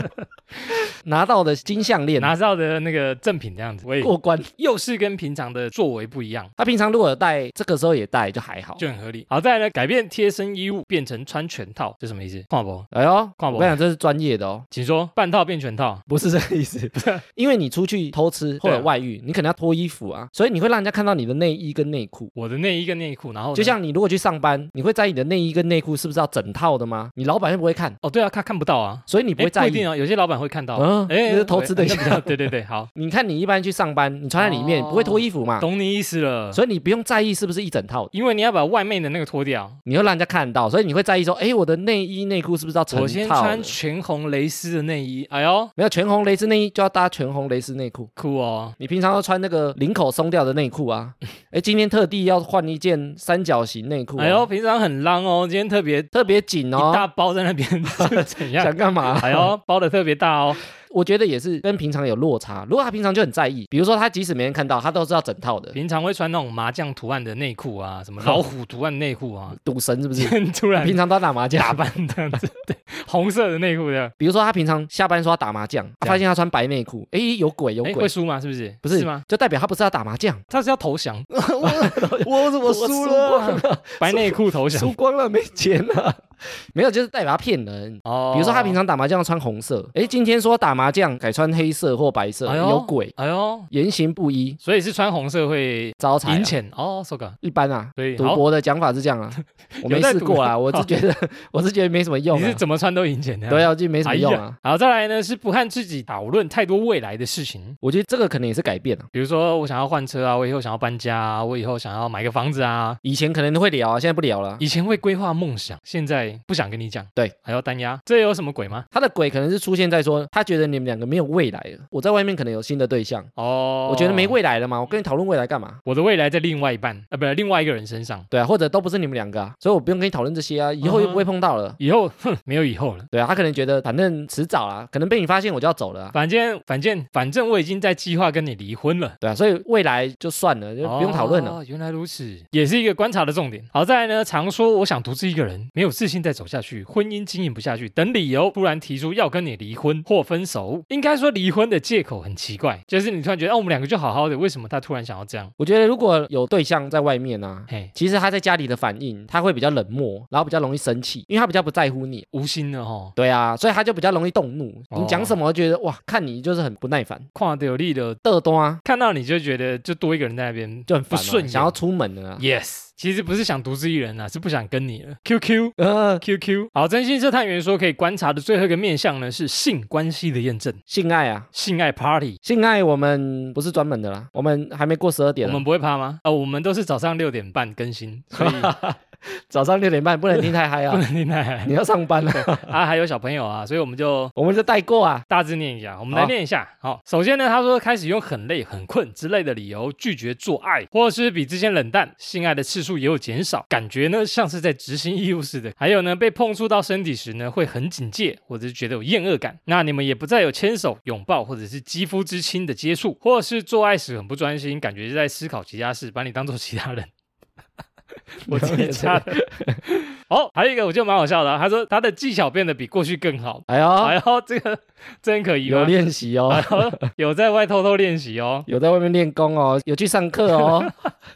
S2: 拿到的金项链
S1: 拿到的那个赠品这样子，我也
S2: 过关。
S1: 又是跟平常的作为不一样。
S2: 他平常如果有戴，这个时候也戴就还好。
S1: 就很合理。好，再来呢，改变贴身衣物变成穿全套，这什么意思？跨博，
S2: 哎呦，
S1: 跨
S2: 我
S1: 博
S2: 跟你讲，这是专业的哦，
S1: 请说，半套变全套。
S2: 不是这个意思。 因为你出去偷吃或
S1: 啊对
S2: 者
S1: 啊
S2: 外遇，你可能要脱衣服啊，所以你会让人家看到你的内衣跟内裤。
S1: 我的内衣跟内裤，然后呢
S2: 就像你如果去上班，你会在意你的内衣跟内裤是不是要整套的吗？你老板又不会看，
S1: 哦，对啊，他看不到啊，
S2: 所以你
S1: 你
S2: 不会在
S1: 不一
S2: 意
S1: 定。哦，有些老板会看到。
S2: 嗯，
S1: 哎
S2: 这是偷吃的
S1: 对那比较对对对， 好，
S2: 你看你一般去上班，你穿在里面
S1: 哦
S2: 不会脱衣服嘛，
S1: 懂你意思了。
S2: 啊所以你不用在意是不是一整套的，
S1: 因为你要把外面的那个脱掉，
S2: 你会让人家看到，所以你会在意说，哎，我的内衣内裤是不是要成
S1: 我先
S2: 套
S1: 穿
S2: 的？
S1: 全红蕾丝的内衣，哎呦，
S2: 没有全红蕾丝内衣就要搭全红蕾丝内裤。
S1: 酷哦，
S2: 你平常要穿那个领口松掉的内 裤啊，哎，今天特地要换一件三角形内裤、啊，
S1: 哎呦，平常很浪哦，今天特别一
S2: 特别紧哦，
S1: 大包在那 边是怎样？
S2: 想干嘛？
S1: 哎呦，包的特别大哦，
S2: 我觉得也是跟平常有落差。如果他平常就很在意，比如说他即使没人看到，他都是要整套的。
S1: 平常会穿那种麻将图案的内裤啊，什么老虎图案内裤 啊，
S2: 赌神 是不是？
S1: 突然
S2: 平常都要打麻
S1: 打
S2: 将，
S1: 扮这样子，对，红色的内裤的，
S2: 比如说他平常下班说要打麻将，他发现他穿白内裤，诶，有鬼有
S1: 哎，
S2: 鬼
S1: 啊会，输吗？是不是？
S2: 不是
S1: 是吗？
S2: 就代表他不是要打麻 将，
S1: 他是要投 降，
S2: 我我
S1: 输了，白内裤投降
S2: 输。光了，没钱了， 没有，就是代表他骗人。
S1: 哦
S2: 比如说他平，常打麻将穿红色，诶，今天说打麻将改穿黑色或白色，
S1: 哎呦
S2: 有鬼，
S1: 哎呦，
S2: 言行不一，
S1: 所以是穿红色会
S2: 招财啊、
S1: 赢钱哦，so ga。
S2: 一般啊，
S1: 所以
S2: 赌
S1: 好，
S2: 博的讲法是这 样啊，我没
S1: 有在
S2: 试
S1: 赌
S2: 过啦，
S1: 博
S2: 我是觉得 我是觉得没什么用、
S1: 你是
S2: 啊。
S1: 怎么穿都赢钱的。
S2: 对，啊，就没什么
S1: 哎
S2: 用
S1: 呀
S2: 啊。，
S1: 好，再来呢是不和自己讨论太多未来的事情。
S2: 我觉得这个可能也是改变啊。
S1: 比如说，我想要换车啊，我以后想要搬家啊，我以后想要买个房子啊。
S2: 以前可能会聊啊，现在不聊了。
S1: 以前会规划梦想，现在不想跟你讲。
S2: 对，
S1: 还要单压，这有什么鬼吗？
S2: 他的鬼可能是出现在说，他觉得你们两个没有未来了。我在外面可能有新的对象，
S1: 哦，嗯
S2: 我觉得没未来了嘛，我跟你讨论未来干嘛？
S1: 我的未来在另外一半，呃，不是另外一个人身上。
S2: 对啊，或者都不是你们两个啊，所以我不用跟你讨论这些
S1: 嗯
S2: 啊，以后又不会碰到了。
S1: 以后哼没有以后了，
S2: 对啊，他可能觉得反正迟早啊，可能被你发现我就要走了、啊。
S1: 反正反正反正我已经在计划跟你离婚了。
S2: 对啊，所以未来就算了，就
S1: 哦
S2: 不用讨论了。
S1: 哦。原来如此，也是一个观察的重点。好在呢，常说我想独自一个人，没有自信性再走下去，婚姻经营不下去等理由，突然提出要跟你离婚或分手。应该说离婚的借口很奇怪，就是你突然觉得，哦、我们两个就好好的，为什么他突然想要这样？
S2: 我觉得如果有对象在外面啊，
S1: 嘿，
S2: 其实他在家里的反应，他会比较冷漠，然后比较容易生气，因为他比较不在乎你。
S1: 无心的哈，
S2: 对啊，所以他就比较容易动怒。
S1: 哦
S2: 你讲什么，我觉得哇，看你就是很不耐烦，
S1: 跨得有力的，
S2: 嘚多啊，
S1: 看到你就觉得就多一个人在那边
S2: 就很
S1: 不
S2: 烦、
S1: 顺
S2: 顺，
S1: 眼，
S2: 想要出门了啊。
S1: yes，其实不是想独自一人啊，是不想跟你了。QQ。
S2: 呃，
S1: QQ 好，真心社探员说，可以观察的最后一个面向呢是性关系的验证，
S2: 性爱啊，
S1: 性爱 party，
S2: 性爱我们不是专门的啦，我们还没过十二点
S1: 我
S2: 啊，
S1: 们不会趴吗？哦，我们都是早上六点半更新，所以
S2: 早上六点半不能听太嗨
S1: 不
S2: 啊，
S1: 能听 太
S2: 你要上班了、
S1: 啊，还有小朋友啊，所以我们就。
S2: 我们就带过啊。
S1: 大致念一下，我们来
S2: 好
S1: 念一下。好、首先呢，他说开始用很累、很困之类的理由拒绝做爱，或者是比之前冷淡，性爱的次数也有减少，感觉呢像是在执行义务似的。还有呢，被碰触到身体时呢，会很警戒，或者是觉得有厌恶感。那你们也不再有牵手、拥抱或者是肌肤之亲的接触，或者是做爱时很不专心，感觉是在思考其他事，把你当做其他人。我自己加的。哦，还有一个我觉得蛮 好笑的啊、他说他的技巧变得比过去更好。
S2: 哎呦，
S1: 哎呦，这个真可疑
S2: 有
S1: 吗？
S2: 练习哦
S1: 哎，呦有在外偷偷练习哦。
S2: 有在外面练功哦，有去上课 哦，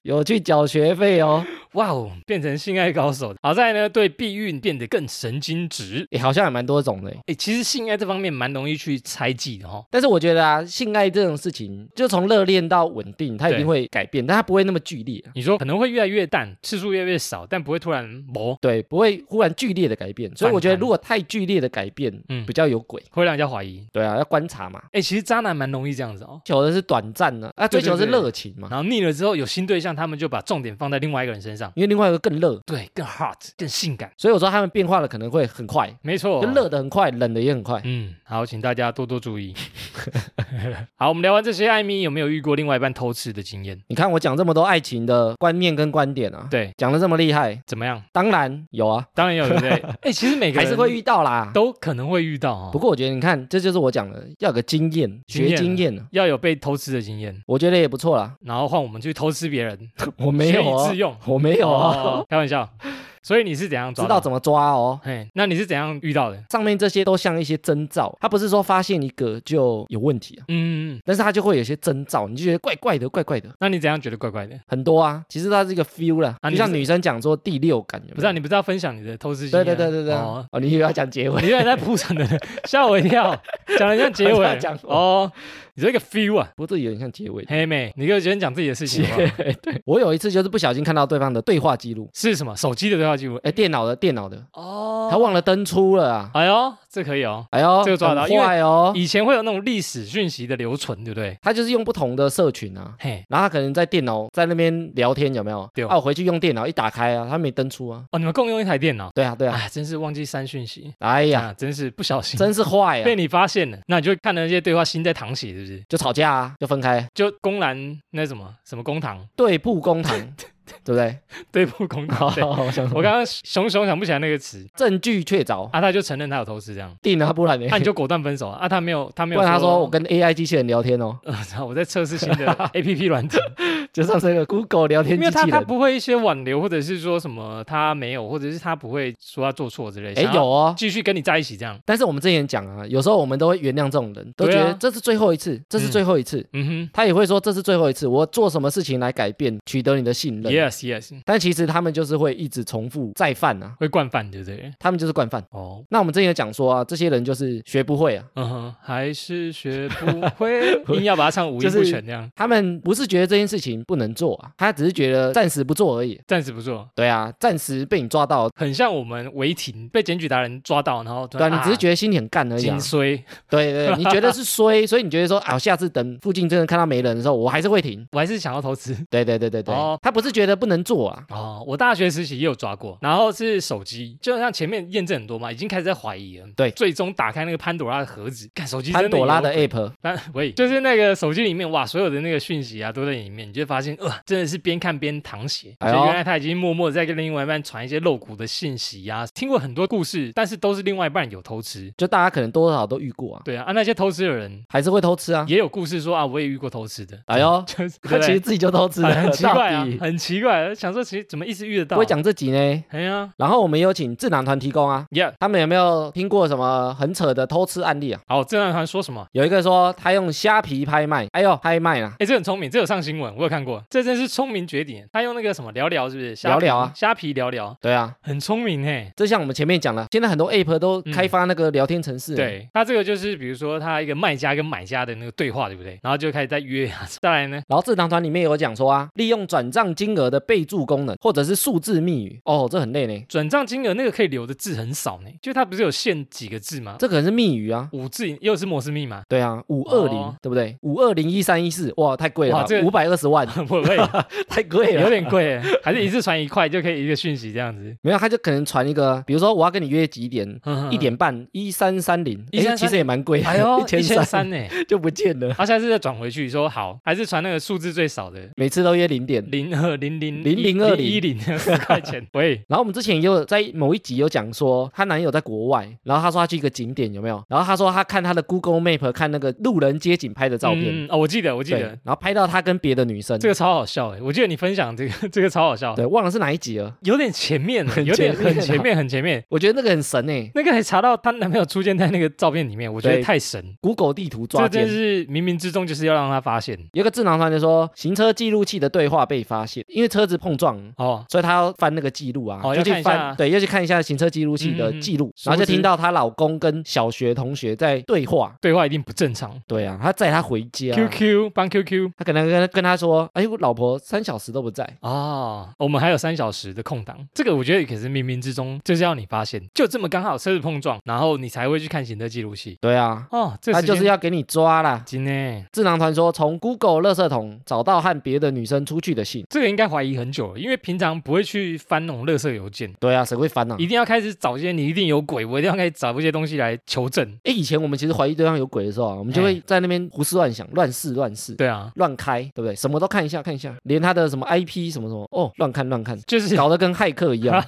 S2: 有去缴学费哦，
S1: 哇哦，变成性爱高手。好在呢，对避孕变得更神经质。
S2: 也好像也蛮多种的耶。
S1: 哎，其实性爱这方面蛮容易去猜忌的哦。
S2: 但是我觉得啊，性爱这种事情，就从热恋到稳定，它一
S1: 对
S2: 定会改变，但它不会那么剧烈啊。
S1: 你说可能会越来越淡，次数越来越少，但不会突然磨，
S2: 对，不会忽然剧烈的改变，所以我觉得如果太剧烈的改变，
S1: 嗯
S2: 比较有鬼。
S1: 会让人家怀疑。
S2: 对啊，要观察嘛，
S1: 哎，其实渣男蛮容易这样子哦。
S2: 求的是短暂呢、啊，
S1: 对
S2: 追
S1: 对
S2: 求的是
S1: 对
S2: 热情嘛，
S1: 然后腻了之后有新对象，他们就把重点放在另外一个人身上，
S2: 因为另外一个更热，
S1: 对，更 hot，更性感。
S2: 所以我说他们变化了可能会很快，
S1: 没错，
S2: 就热的很快，冷的也很快。
S1: 嗯，好，请大家多多注意。 好，我们聊完这些，艾米有没有遇过另外一半偷吃的经验？
S2: 你看我讲这么多爱情的观念跟观点啊，
S1: 对，
S2: 讲的这么厉害，
S1: 怎么样？
S2: 当然有啊，
S1: 当然有， 对不对？哎、其实每个
S2: 还
S1: 人
S2: 是会遇到啦。
S1: 都可能会遇到哦，
S2: 不过我觉得你看，这就是我讲的，要有个经验，
S1: 经验
S2: 学
S1: 啊
S2: 经验啊，
S1: 要有被偷吃的经验，
S2: 我觉得也不错啦。
S1: 然后换我们去偷吃别人，
S2: 我没
S1: 学
S2: 有
S1: 以
S2: 啊
S1: 致，用。
S2: 我没有啊，
S1: 哦开玩笑。所以你是怎样抓
S2: 知
S1: 到
S2: 道？怎么抓哦。
S1: 嘿，那你是怎样遇到的？
S2: 上面这些都像一些征兆，它不是说发现一个就有问题啊，
S1: 嗯，
S2: 但是它就会有一些征兆，你就觉得怪怪的，怪怪的，
S1: 那你怎样觉得怪怪的？
S2: 很多啊。其实它是一个 feel 啦，
S1: 啊你
S2: 就像女生讲说第六感，有没有
S1: 不是、啊，你不是要分享你的偷吃经
S2: 对
S1: 验啊？
S2: 对对对对啊，
S1: 哦
S2: 哦，你以为要讲结尾？
S1: 你原来在铺陈的，吓我一跳，讲得像 结
S2: 我在
S1: 尾
S2: 讲我
S1: 哦。你这个 feel 啊，
S2: 不过这有点像结尾。
S1: 黑妹，你给我先讲自己的事情好不好
S2: 我有一次就是不小心看到对方的对话记录，
S1: 是什么？手机的对话记录？
S2: 哎，电脑的电脑的，他
S1: 哦，
S2: 忘了登出了啊。
S1: 哎呦，这可以哦。
S2: 哎呦，
S1: 这个抓得到
S2: 很坏哦。
S1: 以前会有那种历史讯息的留存，对不对？
S2: 他就是用不同的社群啊，
S1: 嘿，
S2: 然后他可能在电脑在那边聊天，有没有？
S1: 对哦
S2: 啊，我回去用电脑一打开啊，他没登出啊。
S1: 哦，你们共用一台电脑，
S2: 对啊，对啊。
S1: 哎，真是忘记删讯息，
S2: 哎呀，
S1: 啊，真是不小心，
S2: 真是坏啊
S1: 被！你发现了。那你就看那些对话，心在淌血，是不是？
S2: 就吵架啊，就分开，
S1: 就公然那什么什么公堂，
S2: 对簿公 堂，对不对？
S1: 对簿公堂。对
S2: 我想
S1: 我刚刚熊熊想不起来那个词，
S2: 证据确凿，
S1: 啊，他就承认他有偷吃这样，
S2: 定啊，不然呢？
S1: 那、你就果断分手啊，啊，他没有，他没
S2: 不
S1: 有，
S2: 然他说我跟 AI 机器人聊 天哦，
S1: 呃，我在测试新 的 A P P 软件，
S2: 就上这个 Google 聊天
S1: 因
S2: 机
S1: 为他
S2: 器
S1: 他
S2: 人。
S1: 不会一些挽留，或者是说什么他没有，或者是他不会说他做错之类。
S2: 哎，
S1: 想要
S2: 有哦。
S1: 继续跟你在一起这样，
S2: 但是我们之前讲啊，有时候我们都会原谅这种人，都觉
S1: 对
S2: 得
S1: 啊
S2: 这是最后一次，这是最后一次。
S1: 嗯
S2: 他也会说这是最后一次，我做什么事情来改变，取得你的信
S1: 哼
S2: 任。
S1: ，yes yes，
S2: 但其实他们就是会一直重复再犯啊，
S1: 会惯犯对不对？
S2: 他们就是惯犯。
S1: 哦，
S2: 那我们之前有讲说啊，这些人就是学不会啊，
S1: 嗯哼，还是学不 会，硬要把它唱五音
S2: 就是
S1: 不全那样，
S2: 他们不是觉得这件事情不能做啊，他只是觉得暂时不做而已。
S1: 暂时不做，
S2: 对啊，暂时被你抓到，
S1: 很像我们违停被检举达人抓到，然后突
S2: 对啊，
S1: 然
S2: 你只是觉得心里很干而已、啊
S1: 紧。衰，
S2: 对对，你觉得是衰，所以你觉得说啊，我下次等附近真的看到没人的时候，我还是会停。
S1: 我还是想要投资。
S2: 对对对对对，
S1: 哦
S2: 他不是觉得不能做啊，
S1: 哦，我大学时期也有抓过，然后是手机，就像前面验证很多嘛，已经开始在怀疑了。
S2: 对
S1: 最终打开那个潘朵拉的盒子，看手机
S2: 潘朵拉的
S1: 真有
S2: app
S1: 潘喂，就是那个手机里面哇，所有的那个讯息啊都在里面，你就会发现哇、呃，真的是边看边淌血。就
S2: 哎呦
S1: 原来他已经默默地在跟另外一半传一些露骨的信息啊，听过很多故事，但是都是另外一半有偷吃。
S2: 就大家可能多少都遇过啊，
S1: 对啊，啊那些偷吃的人
S2: 还是会偷吃啊。
S1: 也有故事说啊，我也遇过偷吃的。
S2: 哎呦，
S1: 就是
S2: 他其实自己就偷吃
S1: 对不对
S2: 了，
S1: 很奇怪
S2: 到
S1: 啊
S2: 底，
S1: 很奇怪来了，想说其实怎么一直遇得到？啊
S2: 不会，讲这集呢。
S1: 哎呀
S2: 然后我们有请智囊团提供啊，
S1: ，Yeah，
S2: 他们有没有听过什么很扯的偷吃案例啊？
S1: 好，这段团说什么？
S2: 有一个说他用虾皮拍卖，哎呦拍卖啊，
S1: 哎，这很聪明，这有上新闻，我有看过，这真是聪明绝顶。他用那个什么聊聊，是不是？虾
S2: 聊
S1: 皮
S2: 聊啊
S1: 虾皮聊聊，
S2: 对啊，
S1: 很聪明哎。
S2: 这像我们前面讲了，现在很多 app 都开发那个聊天程式，，
S1: 对，他这个就是比如说他一个卖家跟买家的那个对话，对不对？然后就开始在约啊。再来呢，
S2: 然后智囊团里面有讲说啊，利用转账金额的备注功能，或者是数字密语，哦，这很累呢，
S1: 转账金额那个可以留的字很少呢，就它不是有限几个字吗？
S2: 这可能是密语啊。
S1: 五字以又是摩斯密码，
S2: 对啊，五二零
S1: 哦对
S2: 对不对？五二零一三一四，哇，太贵了
S1: 哇
S2: 吧
S1: 这，个
S2: 五百二 十万，
S1: 不会
S2: 太贵
S1: 有
S2: 了。
S1: 点贵耶，啊还是一次传一块就可以一个讯息这样子，
S2: 没有，他就可能传一个，比如说我要跟你约几点，
S1: 嗯
S2: 一点半，一三三零，哎，
S1: 1330
S2: 其实也蛮贵，
S1: 哎 呦， 一
S2: 千
S1: 千三呢，
S2: 就不见了。
S1: 他下次再转回去说好，还是传那个数字最少的
S2: 每次都约零点。
S1: 零二零零
S2: 0020
S1: 一零四块钱， 喂，
S2: 然后我们之前也有在某一集有讲说，她男友在国外，然后她说她去一个景点有没有？然后她说她看她的 Google Map 看那个路人街景拍的照片，
S1: 嗯哦，我记得我记
S2: 对，
S1: 得
S2: 然后拍到她跟别的女生，
S1: 这个超好笑哎，我记得你分享这个这个超好笑，
S2: 对，忘了是哪一集了。
S1: 有点前面了，
S2: 很
S1: 有点
S2: 前面
S1: 很前
S2: 啊
S1: 面很前面。
S2: 我觉得那个很神欸诶、
S1: 那个还查到她男朋友出现在那个照片里面，我觉得
S2: 对
S1: 太神，
S2: g o o g l e 地图抓
S1: 这真
S2: 奸。
S1: 是冥冥之中就是要让他发现
S2: 有一个智囊团就说，行车记录器的对话被发现，因为车子碰撞。
S1: 哦。
S2: 所以她要翻那个记录啊，
S1: 哦
S2: 就
S1: 要
S2: 去
S1: 看一下
S2: 翻，对，要去看一下行车记录器的
S1: 嗯嗯嗯
S2: 记录，
S1: 殊
S2: 然后就
S1: 不知
S2: 听到她老公跟小学同学在对话。
S1: 对话一定不正常。
S2: 对啊，她载她回家，
S1: QQ 帮 QQ
S2: 他可能跟跟他说：“哎，我老婆三小时都不在。
S1: 哦，我们还有三小时的空档，这个我觉得可是冥冥之中就是要你发现，就这么刚好车子碰撞，然后你才会去看行车记录器”。
S2: 对啊，
S1: 哦，这
S2: 他
S1: 时间
S2: 就是要给你抓啦。
S1: 紧呢。
S2: 智囊团说，从 Google 垃圾桶找到和别的女生出去的信。
S1: 这个应该怀疑很久了，因为平常不会去翻那种垃圾邮件，
S2: 对啊，谁会翻啊？
S1: 一定要开始找一些你一定有鬼，我一定要开始找一些东西来求证。
S2: 哎，以前我们其实怀疑对方有鬼的时候啊，我们就会在那边胡思乱想、乱试乱试、
S1: 对啊，
S2: 乱开，对不对？什么都看一下看一下，连他的什么 IP 什么什么，哦，乱看乱看，
S1: 就是
S2: 搞得跟骇客一样。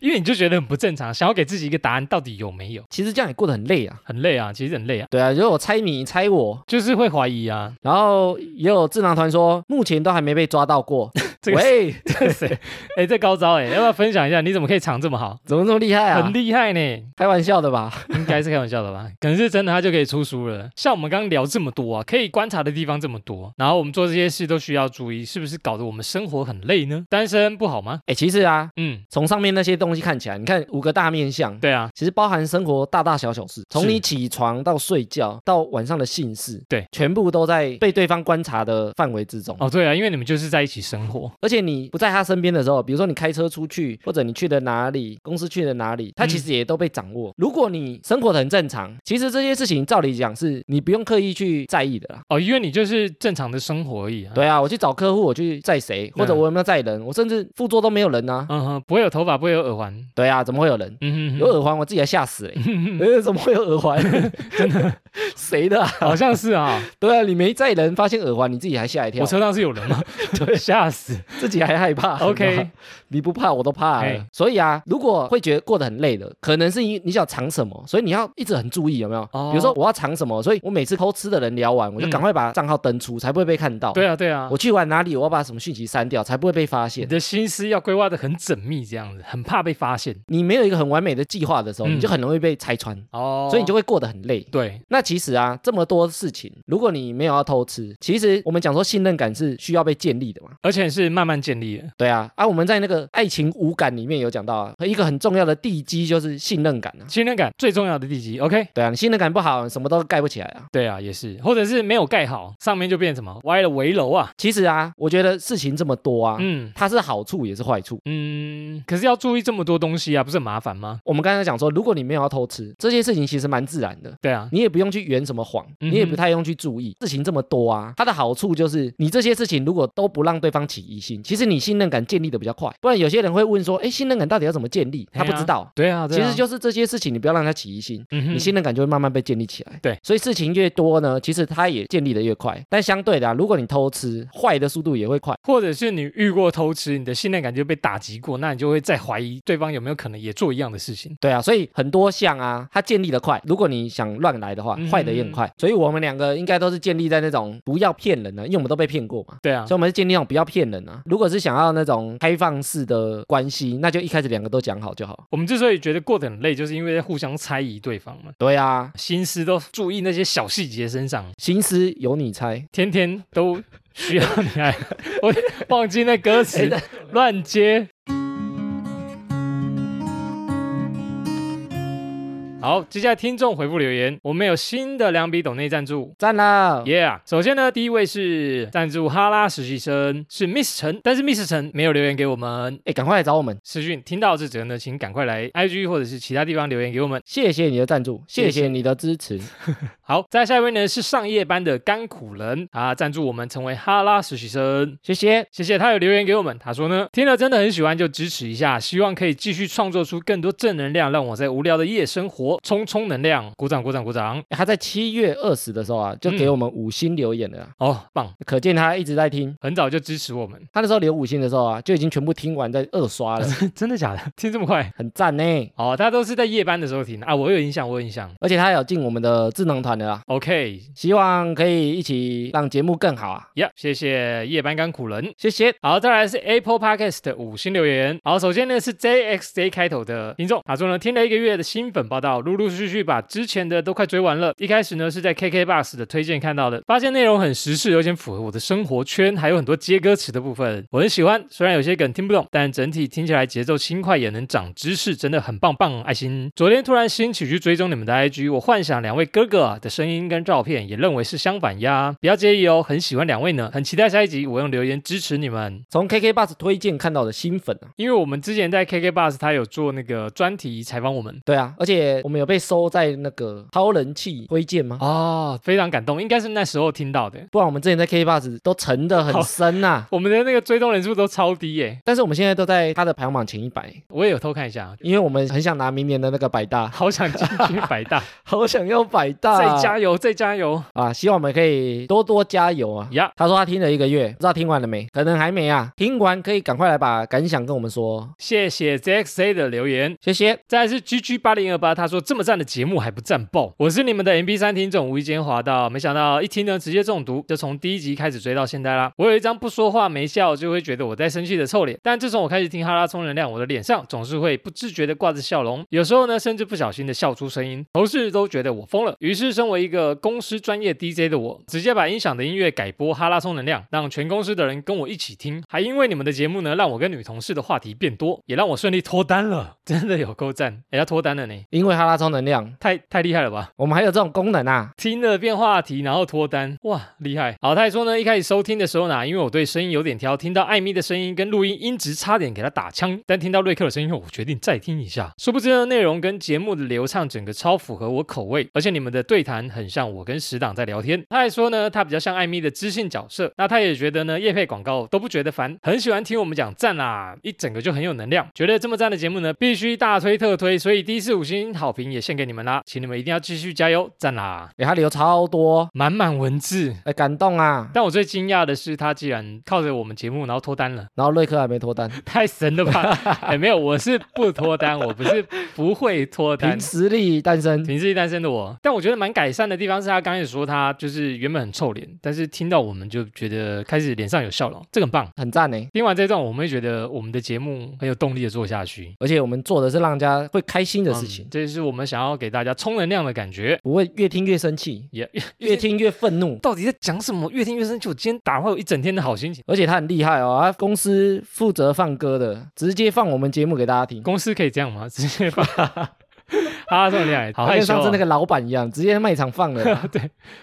S1: 因为你就觉得很不正常，想要给自己一个答案，到底有没有？
S2: 其实这样也过得很累啊。
S1: 很累啊，其实很累啊，
S2: 对啊，如果我猜你猜我，
S1: 就是会怀疑啊。
S2: 然后也有智囊团说，目前都还没被抓到过。
S1: 这个
S2: 喂，
S1: 这谁？哎，这高招哎，要不要分享一下？你怎么可以藏这么好？
S2: 怎么这么厉害啊
S1: 很？厉害呢，
S2: 开玩笑的吧？
S1: 应该是开玩笑的吧？可能是真的，他就可以出书了。像我们刚刚聊这么多啊，可以观察的地方这么多，然后我们做这些事都需要注意，是不是搞得我们生活很累呢？单身不好吗？
S2: 哎、其实啊，
S1: 嗯，
S2: 从上面那些东西看起来，你看五个大面相，
S1: 对啊，
S2: 其实包含生活大大小小事，从
S1: 是
S2: 你起床到睡觉到晚上的性事，
S1: 对，
S2: 全部都在被对方观察的范围之中。
S1: 哦对啊，因为你们就是在一起生活，
S2: 而且你不在他身边的时候，比如说你开车出去，或者你去了哪里，公司去了哪里，他
S1: 嗯
S2: 其实也都被掌握。如果你生活的很正常，其实这些事情照理讲是你不用刻意去在意的啦。
S1: 哦，因为你就是正常的生活而已啊。
S2: 对啊，我去找客户，我去载谁，或者
S1: 嗯
S2: 我有没有载人，我甚至副座都没有人啊。
S1: 嗯哼，不会有头发，不会有耳环，
S2: 对啊，怎么会有人？
S1: 嗯哼
S2: 有
S1: 哼，
S2: 耳环，我自己还吓死哎、欸！呃，怎么会有耳环？ 真的？谁的、啊？
S1: 好像是啊。
S2: 对啊，你没载人，发现耳环，你自己还吓一跳
S1: 我，车上是有人 吗？对，吓死。
S2: 自己还害怕。
S1: OK，
S2: 你不怕，我都怕了
S1: 哎。
S2: 所以啊，如果会觉得过得很累的，可能是因为你想藏什么，所以你要一直很注意，有没有？
S1: 哦
S2: 比如说我要藏什么，所以我每次偷吃的人聊完，我就
S1: 嗯
S2: 赶快把账号登出，才不会被看到。
S1: 对。啊，对啊
S2: 我。去玩哪里，我要把什么讯息删掉，才不会被发
S1: 你
S2: 现。
S1: 的心思要规划的很缜密，这样子，很怕被发现
S2: 你没有一个很完美的计划的时候，
S1: 嗯
S2: 你就很容易被拆穿，
S1: 哦。
S2: 所以你就会过得很累。
S1: 对，
S2: 那其实啊，这么多事情，如果你没有要偷吃，其实我们讲说信任感是需要被建立的嘛。
S1: 而且是慢慢建立的。
S2: 对啊，啊，我们在那个爱情五感里面有讲到啊，一个很重要的地基就是信任感啊。
S1: 信任感最重要的地基，OK？
S2: 对啊，你信任感不好，什么都盖不起来啊。
S1: 对啊，也是，或者是没有盖好，上面就变什么歪了围楼啊，
S2: 其实啊，我觉得事情这么多啊，
S1: 嗯
S2: 它是好处也是坏处。
S1: 嗯，可是要注意这么多东西啊，不是很麻烦吗？
S2: 我们刚才讲说，如果你没有要偷吃，这些事情其实蛮自然的。
S1: 对啊，
S2: 你也不用去圆什么谎，
S1: 嗯哼
S2: 你也不太用去注意。事情这么多啊，它的好处就是你这些事情如果都不让对方起疑心，其实你信任感建立的比较快。不然有些人会问说，哎，信任感到底要怎么建立？他
S1: 嘿啊
S2: 不知道。
S1: 对啊，
S2: 其
S1: 对啊
S2: 实就是这些事情，你不要让他起疑心，
S1: 嗯哼
S2: 你信任感就会慢慢被建立起来。
S1: 对
S2: 所以事情越多呢，其实它也建立的越快。但相对的、啊，如果你偷吃，坏的速度也会快。
S1: 或者是你遇过偷吃，你的信任感就被打击过，那你就就会再怀疑对方有没有可能也做一样的事情。
S2: 对啊，所以很多项啊，它建立的快。如果你想乱来的话，
S1: 嗯
S2: 坏的也很快。所以我们两个应该都是建立在那种不要骗人的、啊因为我们都被骗过嘛。
S1: 对啊
S2: 所以，我们是建立那种不要骗人啊。如果是想要那种开放式的关系，那就一开始两个都讲好就好。
S1: 我们之所以觉得过得很累，就是因为在互相猜疑对方嘛，
S2: 对啊，
S1: 心思都注意那些小细节身上，
S2: 心思由你猜。
S1: 天天都需要你爱。 我忘记那歌词，乱接。好，接下来听众回复留言，我们有新的两笔抖内赞助，
S2: 赞啦
S1: Yeah，首先呢，第一位是赞助哈拉实习生，是 Miss 陈，但是 Miss 陈没有留言给我们。
S2: 哎，赶快来找我们，
S1: 私讯听到这则呢，请赶快来 IG 或者是其他地方留言给我们。
S2: 谢谢你的赞助，谢
S1: 谢谢
S2: 谢你的支持。
S1: 好，再下一位呢是上夜班的甘苦人啊，赞助我们成为哈拉实习生。
S2: 谢谢，
S1: 谢谢他有留言给我们，他说呢，听了真的很喜欢，就支持一下，希望可以继续创作出更多正能量，让我在无聊的夜生活充充能量。鼓掌鼓掌鼓掌！
S2: 他在七月二十的时候啊，就给我们五星留言了啊、
S1: 哦，棒，
S2: 可见他一直在听。
S1: 很早就支持我们，
S2: 他那时候留五星的时候啊，就已经全部听完在二刷了，
S1: 真的假的？听这么快？
S2: 很赞呢。
S1: 哦，大家都是在夜班的时候听啊，我有印象，我有印象。
S2: 而且他有进我们的智能团的啊，
S1: OK，
S2: 希望可以一起让节目更好啊，
S1: 呀、谢谢夜班甘苦人。
S2: 谢谢。
S1: 好，再来是 Apple Podcast 的五星留言。好，首先呢是 JXJ 开头的听众，他说呢听了一个月的新粉报道，陆陆续续把之前的都快追完了。一开始呢是在 KK Bus 的推荐看到的，发现内容很时事，有点符合我的生活圈，还有很多接歌词的部分，我很喜欢。虽然有些梗听不懂，但整体听起来节奏轻快，也能长知识，真的很棒棒，爱心。昨天突然兴起去追踪你们的 IG，我幻想两位哥哥啊的声音跟照片，也认为是相反呀，不要介意哦，很喜欢两位呢，很期待下一集，我用留言支持你们。
S2: 从 KK Bus 推荐看到的新粉啊，
S1: 因为我们之前在 KK Bus，他有做那个专题采访我们
S2: 对啊，而且我们有被收在那个超人气推荐吗？
S1: 哦，非常感动，应该是那时候听到的。
S2: 不然我们之前在 KK Bus 都沉得很深呐、
S1: 我们的那个追踪人数都超低耶，
S2: 但是我们现在都在他的排行榜前一百，
S1: 我也有偷看一下，
S2: 因为我们很想拿明年的那个百大，
S1: 好想进去百大，
S2: 好想要百大啊，
S1: 再加油，再加油
S2: 啊！希望我们可以多多加油啊！
S1: 呀！
S2: 他说他听了一个月，不知道听完了没？可能还没啊。听完可以赶快来把感想跟我们说，
S1: 谢谢 ZXA 的留言，
S2: 谢谢。
S1: 再来是 GG 八零二八，他说这么赞的节目还不赞爆，我是你们的 MB 三听众，无意间滑到，没想到一听呢直接中毒，就从第一集开始追到现在啦。我有一张不说话没笑就会觉得我在生气的臭脸，但自从我开始听哈拉充能量，我的脸上总是会不自觉的挂着笑容，有时候呢甚至不小心的笑出声音，同事都觉得我疯了。于是身为一个公司专业 DJ 的我，直接把音响的音乐改播哈拉充能量，让全公司的人跟我一起听，还因为你们的节目呢，让我跟女同事的话题变多，也让我顺利脱单了，真的有够赞，哎也要脱单了呢。
S2: 因为哈拉充能量，
S1: 太太厉害了吧！
S2: 我们还有这种功能啊！
S1: 听了变话题，然后脱单，哇，厉害！好，他还说呢，一开始收听的时候呢，因为我对声音有点挑，听到艾米的声音跟录音音质差点给他打枪，但听到瑞克的声音后，我决定再听一下。殊不知呢，内容跟节目的流畅，整个超符合我口味，而且你们的对谈很像我跟石党在聊天。他还说呢，他比较像艾米的知性角色，那他也觉得呢，叶配广告都不觉得烦，很喜欢听我们讲赞啦，一整个就很有能量。觉得这么赞的节目呢，必须大推特推，所以第一次五星好评也献给你们啦，请你们一定要继续加油，赞啦！
S2: 哎给他留超多，
S1: 满满文字。
S2: 哎，感 动啊！
S1: 但我最惊讶的是，他竟然靠着我们节目，然后脱单了，
S2: 然后瑞克还没脱单，
S1: 太神了 吧！哎，没有，我是不脱单，我不是不会脱单
S2: 凭。实力单身，
S1: 凭自己单身的我，但我觉得蛮改善的地方是他刚开始说他就是原本很臭脸，但是听到我们就觉得开始脸上有笑容，这个很棒。
S2: 很赞哎呢。
S1: 听完这段，我们会觉得我们的节目很有动力的做下去
S2: 而且我们做的是让人家会开心的事情
S1: 嗯，这就是我们想要给大家充能量的感觉。
S2: 不会越听越生气，
S1: 也、
S2: 越听越愤怒。
S1: 到底在讲什么？越听越生气。我今天打坏我一整天的好心情。
S2: 而且他很厉害哦，他公司负责放歌的，直接放我们节目给大家听，
S1: 公司可以这样吗？ 直接把啊，这么厉害，好
S2: 他
S1: 害
S2: 跟
S1: 羞
S2: 上次
S1: 哦、
S2: 那个老板一样，直接卖场放了。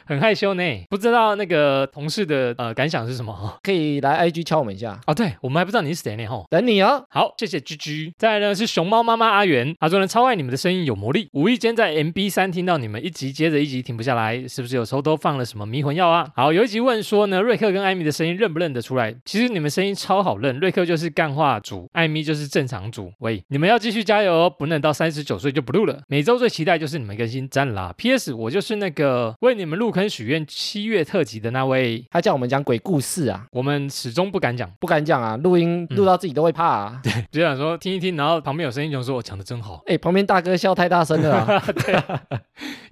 S1: 很害羞呢。不知道那个同事的呃感想是什么哦？
S2: 可以来 IG 敲我们一下，
S1: 哦，对我们还不知道你是谁呢吼。
S2: 等你哦。
S1: 好，谢谢居居。再来呢是熊猫妈妈阿元，她说呢超爱你们的声音有魔力，无意间在 MB 三听到你们一集接着一集停不下来，是不是有时候都放了什么迷魂药啊？好，有一集问说呢瑞克跟艾米的声音认不认得出来？其实你们声音超好认，瑞克就是干话组，艾米就是正常组。喂，你们要继续加油哦，不能到三十九岁就不录了，没每周最期待就是你们更新，赞啦！P.S. 我就是那个为你们入坑许愿七月特辑的那位，
S2: 他叫我们讲鬼故事啊，
S1: 我们始终不敢讲，
S2: 不敢讲啊，录音
S1: 嗯
S2: 录到自己都会怕啊。 哎、
S1: 只想说听一听，然后旁边有声音就说我哦讲的真好，
S2: 旁边大哥笑太大声 了啊，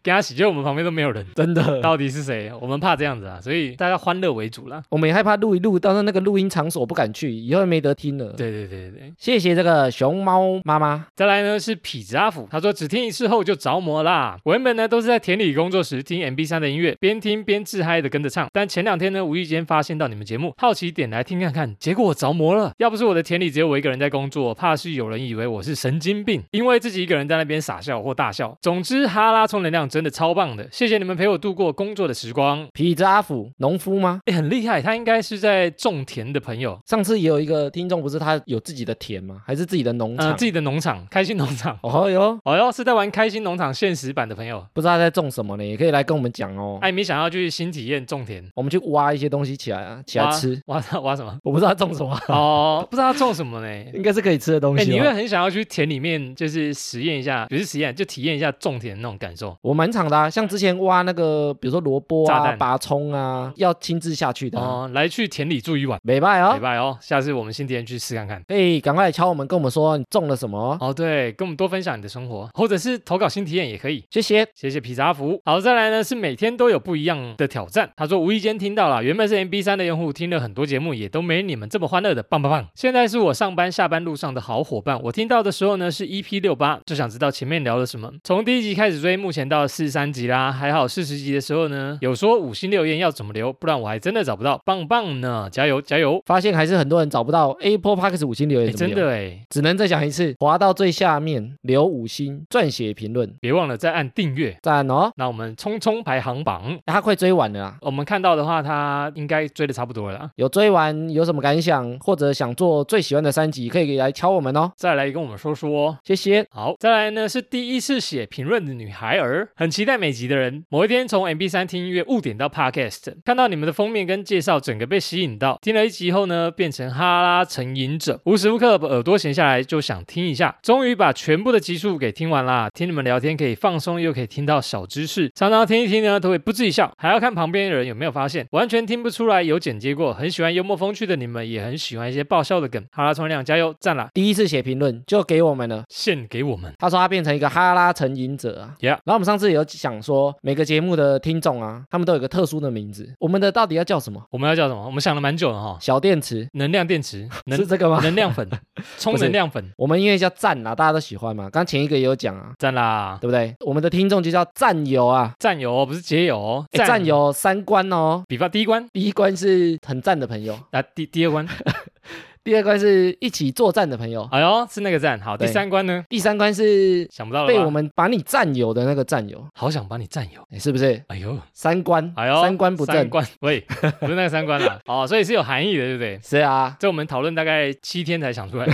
S1: 给他洗，就我们旁边都没有人。
S2: 真的。
S1: 到底是谁？我们怕这样子啊，所以大家欢乐为主啦。
S2: 我们也害怕录一录，到时候那个录音场所不敢去，以后没得听了。
S1: 对对对对对，
S2: 谢谢这个熊猫妈妈，
S1: 再来呢是痞子阿福，他说只听一次后就着魔啦。我原本呢都是在田里工作时听 MB 3的音乐，边听边自嗨的跟着唱。但前两天呢无意间发现到你们节目，好奇点来听看看，结果我着魔了。要不是我的田里只有我一个人在工作，怕是有人以为我是神经病，因为自己一个人在那边傻笑或大笑。总之哈拉充能量真的超棒的，谢谢你们陪我度过工作的时光。
S2: 痞子阿福，农夫吗？
S1: 哎，很厉害，他应该是在种田的朋友，
S2: 上次也有一个听众，不是他有自己的田吗？还是自己的农
S1: 呃，
S2: 场？
S1: 自己的农场，开心农场。
S2: 哦哟，
S1: 哦哟，是在玩开心农场现实版的朋友，
S2: 不知道他在种什么呢，也可以来跟我们讲哦。
S1: 艾米想要去新体验种田，
S2: 我们去挖一些东西起来啊，起来
S1: 挖
S2: 吃。
S1: 挖挖 什么？
S2: 我不知道他种什么，
S1: 哦，不知道他种什么呢？
S2: 应该是可以吃的东
S1: 哎，
S2: 西
S1: 你
S2: 哦、
S1: 会很想要去田里面，就是实验一下，不是实验，就体验一下种田那种感受。
S2: 我蛮常的、啊，像之前挖那个，比如说萝卜
S1: 炸
S2: 啊、
S1: 弹
S2: 拔葱啊，要亲自下去的、啊。
S1: 哦，来去田里住一晚，
S2: 没拜
S1: 礼
S2: 哦，
S1: 拜哦，下次我们新体验去试看看。
S2: 可以赶快来敲我们，跟我们说你中了什么哦。
S1: 哦，对，跟我们多分享你的生活，或者是投稿新体验也可以。
S2: 谢谢。
S1: 谢谢皮扎福。好，再来呢是每天都有不一样的挑战。他说无意间听到了，原本是 MB 3的用户，听了很多节目，也都没你们这么欢乐的，棒棒棒。现在是我上班下班路上的好伙伴。我听到的时候呢是 EP 六八，就想知道前面聊了什么。从第一集开始追，目前到四十三集啦，还好四十集的时候呢有说五星留言要怎么留，不然我还真的找不到，棒棒呢，加油加油！
S2: 发现还是很多人找不到 Apple Park 五星留
S1: 哎，
S2: 言怎
S1: 真
S2: 么留，
S1: 的哎，
S2: 只能再讲一次，滑到最下面留五星，撰写评论，
S1: 别忘了再按订阅。
S2: 赞哦。
S1: 那我们冲冲排行榜，
S2: 他快追完了啊，
S1: 我们看到的话，他应该追的差不多了啦。
S2: 有追完有什么感想，或者想做最喜欢的三集，可以来敲我们哦，
S1: 再来跟我们说说。
S2: 谢谢。
S1: 好，再来呢是第一次写评论的女孩儿，很期待每集的人。某一天从 MB 3听音乐误点到 Podcast，看到你们的封面跟介绍，整个被吸引到。听了一集后呢，变成哈拉成瘾者，无时无刻把耳朵闲下来就想听一下。终于把全部的集数给听完啦，听你们聊天可以放松，又可以听到小知识。常常听一听呢，都会不自己笑，还要看旁边的人有没有发现，完全听不出来有剪接过。很喜欢幽默风趣的你们，也很喜欢一些爆笑的梗。哈拉冲量加油，赞啦！
S2: 第一次写评论就给我们了。
S1: 献给我们。
S2: 他说他变成一个哈拉成瘾者啊。
S1: Yeah
S2: 然后我们上次也有讲说，每个节目的听众啊，他们都有一个特殊的名字，我们的到底要叫什么？
S1: 我们要叫什么？我们想了蛮久了哈。
S2: 小电池
S1: 能量电 池，
S2: 是
S1: 能
S2: 这个吗？
S1: 能量粉，充
S2: 不是
S1: 能量粉，
S2: 我们因为叫赞啦，大家都喜欢嘛。刚前一个也有讲啊，
S1: 赞啦！
S2: 对不对？我们的听众就叫战友啊，
S1: 战友哦不是结友哦，
S2: 诶战。友三关哦。
S1: 比方第一关
S2: 第一关是很赞的朋友，
S1: 啊，第第二 关，
S2: 第二关是一起作战的朋友，
S1: 哎呦是那个赞。好，第
S2: 对
S1: 三关呢？
S2: 第三关是
S1: 想不到了吧
S2: 被我们把你占有的那个占有，
S1: 好想把你占有。
S2: 诶是不是？
S1: 哎呦，
S2: 三关，
S1: 哎呦，
S2: 三关不
S1: 三
S2: 正，
S1: 关，喂，不是那个三关啦。哦，所以是有含义的，对不对？
S2: 是啊，
S1: 这我们讨论大概七天才想 出来，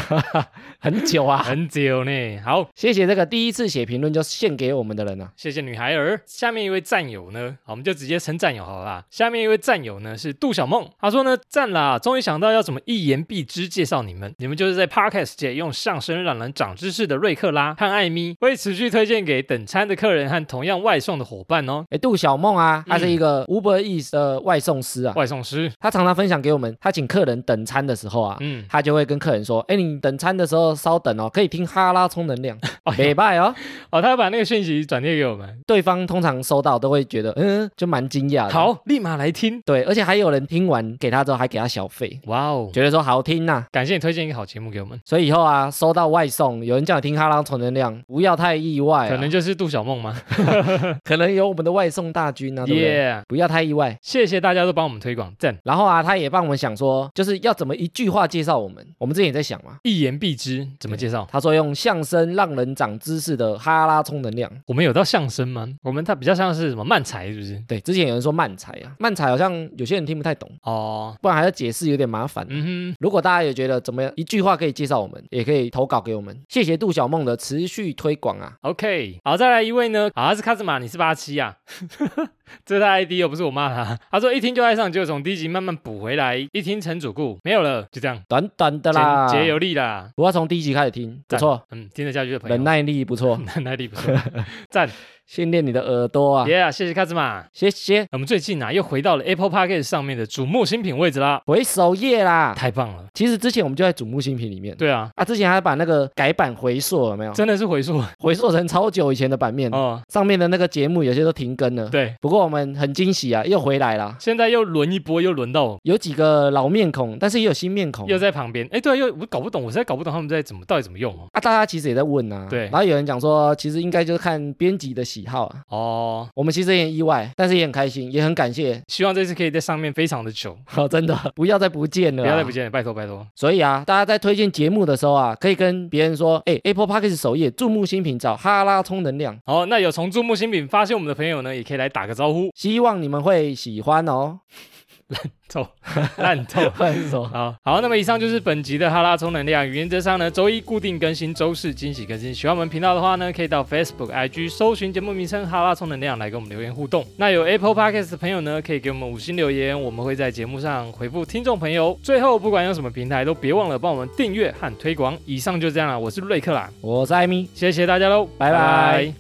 S2: 很久啊。
S1: 很久呢。好，
S2: 谢谢这个第一次写评论就献给我们的人啊，
S1: 谢谢女孩儿。下面一位战友呢，好，我们就直接称战友好了啦。下面一位战友呢是杜小梦，他说呢，赞啦，终于想到要怎么一言蔽之介绍你们，你们就是在 podcast 界用相声让人长知识的瑞克拉和艾米，会持续推荐给等餐的客人和同样外送的伙伴哦。
S2: 诶，杜小梦啊，他是
S1: 嗯
S2: 一个 Uber Eats 的外送师啊，
S1: 外送师，
S2: 他常常分享给我们，他请客人等餐的时候啊，
S1: 嗯，
S2: 他就会跟客人说：“哎，你等餐的时候稍等哦，可以听哈拉充能量，
S1: 哎
S2: 美拜哦。
S1: 哦，他把那个讯息转贴给我们”，
S2: 对方通常收到都会觉得，嗯，就蛮惊讶的。，
S1: 好，立马来听。
S2: 对，而且还有人听完给他之后还给他小费，
S1: 哇哦，
S2: 觉得说好听呐、
S1: 感谢你推荐一个好节目给我们，
S2: 所以以后啊，收到外送，有人叫你听哈拉充能量，不要太意外、啊，
S1: 可能就是杜小梦吗？
S2: 可能有我们的外送大军啊，对不对
S1: 耶，
S2: 不要太意外。
S1: 谢谢大家都帮我们推广，赞。
S2: 然后啊，他也帮我们想说，就是要怎么一句话介绍我们。我们之前也在想嘛，
S1: 一言蔽之，怎么介绍？
S2: 他说用相声让人长知识的哈拉充能量。
S1: 我们有到相声吗？我们它比较像是什么漫才，是不是？
S2: 对，之前有人说慢才啊，慢才好像有些人听不太懂，
S1: 哦，
S2: 不然还要解释有点麻烦。
S1: 嗯
S2: 如果大家有觉得怎么样，一句话可以介绍我们，也可以投稿给我们。谢谢杜小梦的持续推广啊！
S1: 哼，OK，好，再来一位呢，阿斯卡兹玛，你是八七啊？ 这是他 ID 又不是我骂他。他说一听就爱上，就从第一集慢慢补回来，一听成主顾没有了，就这样。
S2: 短短的啦，
S1: 简洁有力啦，
S2: 我要从第一集开始听，不
S1: 赞
S2: 错，
S1: 嗯，听得下去的朋友，
S2: 忍 耐力不错，
S1: 耐耐力不错，赞
S2: 训练你的耳朵啊，
S1: ，Yeah，谢谢卡兹玛。
S2: 谢谢，
S1: 我们最近啊又回到了 Apple Podcast 上面的瞩目新品位置啦，
S2: 回首页啦。
S1: 太棒了。
S2: 其实之前我们就在瞩目新品里面，
S1: 对啊，
S2: 啊，之前还把那个改版回溯有没有？
S1: 真的是回溯
S2: 回溯成超久以前的版面，
S1: 哦，
S2: 上面的那个节目有些都停更了。
S1: 对，
S2: 不过我们很惊喜啊，又回来啦，
S1: 现在又轮一波，又轮到我。
S2: 有几个老面孔，但是也有新面孔。
S1: 又在旁边，哎，对、啊，又我搞不懂，我实在搞不懂他们在怎么到底怎么用哦。
S2: 啊，大家其实也在问啊，
S1: 对
S2: 然后有人讲说，其实应该就是看编辑的喜好啊。
S1: 哦，
S2: 我们其实也很意外，但是也很开心，也很感谢。
S1: 希望这次可以在上面非常的久，
S2: 好、真的不要再不见了、啊
S1: 不要再不。见了，拜托拜托。
S2: 所以啊，大家在推荐节目的时候啊，可以跟别人说，哎，Apple Podcast 首页注目新品找哈拉充能量，
S1: 好，那有从注目新品发现我们的朋友呢，也可以来打个招呼，
S2: 希望你们会喜欢 哦。
S1: 走， 烂透。
S2: 分手。
S1: 好好，那么以上就是本集的哈拉充能量。原则上呢，周一固定更新，周四惊喜更新。喜欢我们频道的话呢，可以到 Facebook、IG 搜寻节目名称“哈拉充能量”来跟我们留言互动。那有 Apple Podcast 的朋友呢，可以给我们五星留言，我们会在节目上回复听众朋友。最后，不管用什么平台，都别忘了帮我们订阅和推广。以上就这样了，我是瑞克啦，
S2: 我是艾米。
S1: 谢谢大家喽，
S2: 拜拜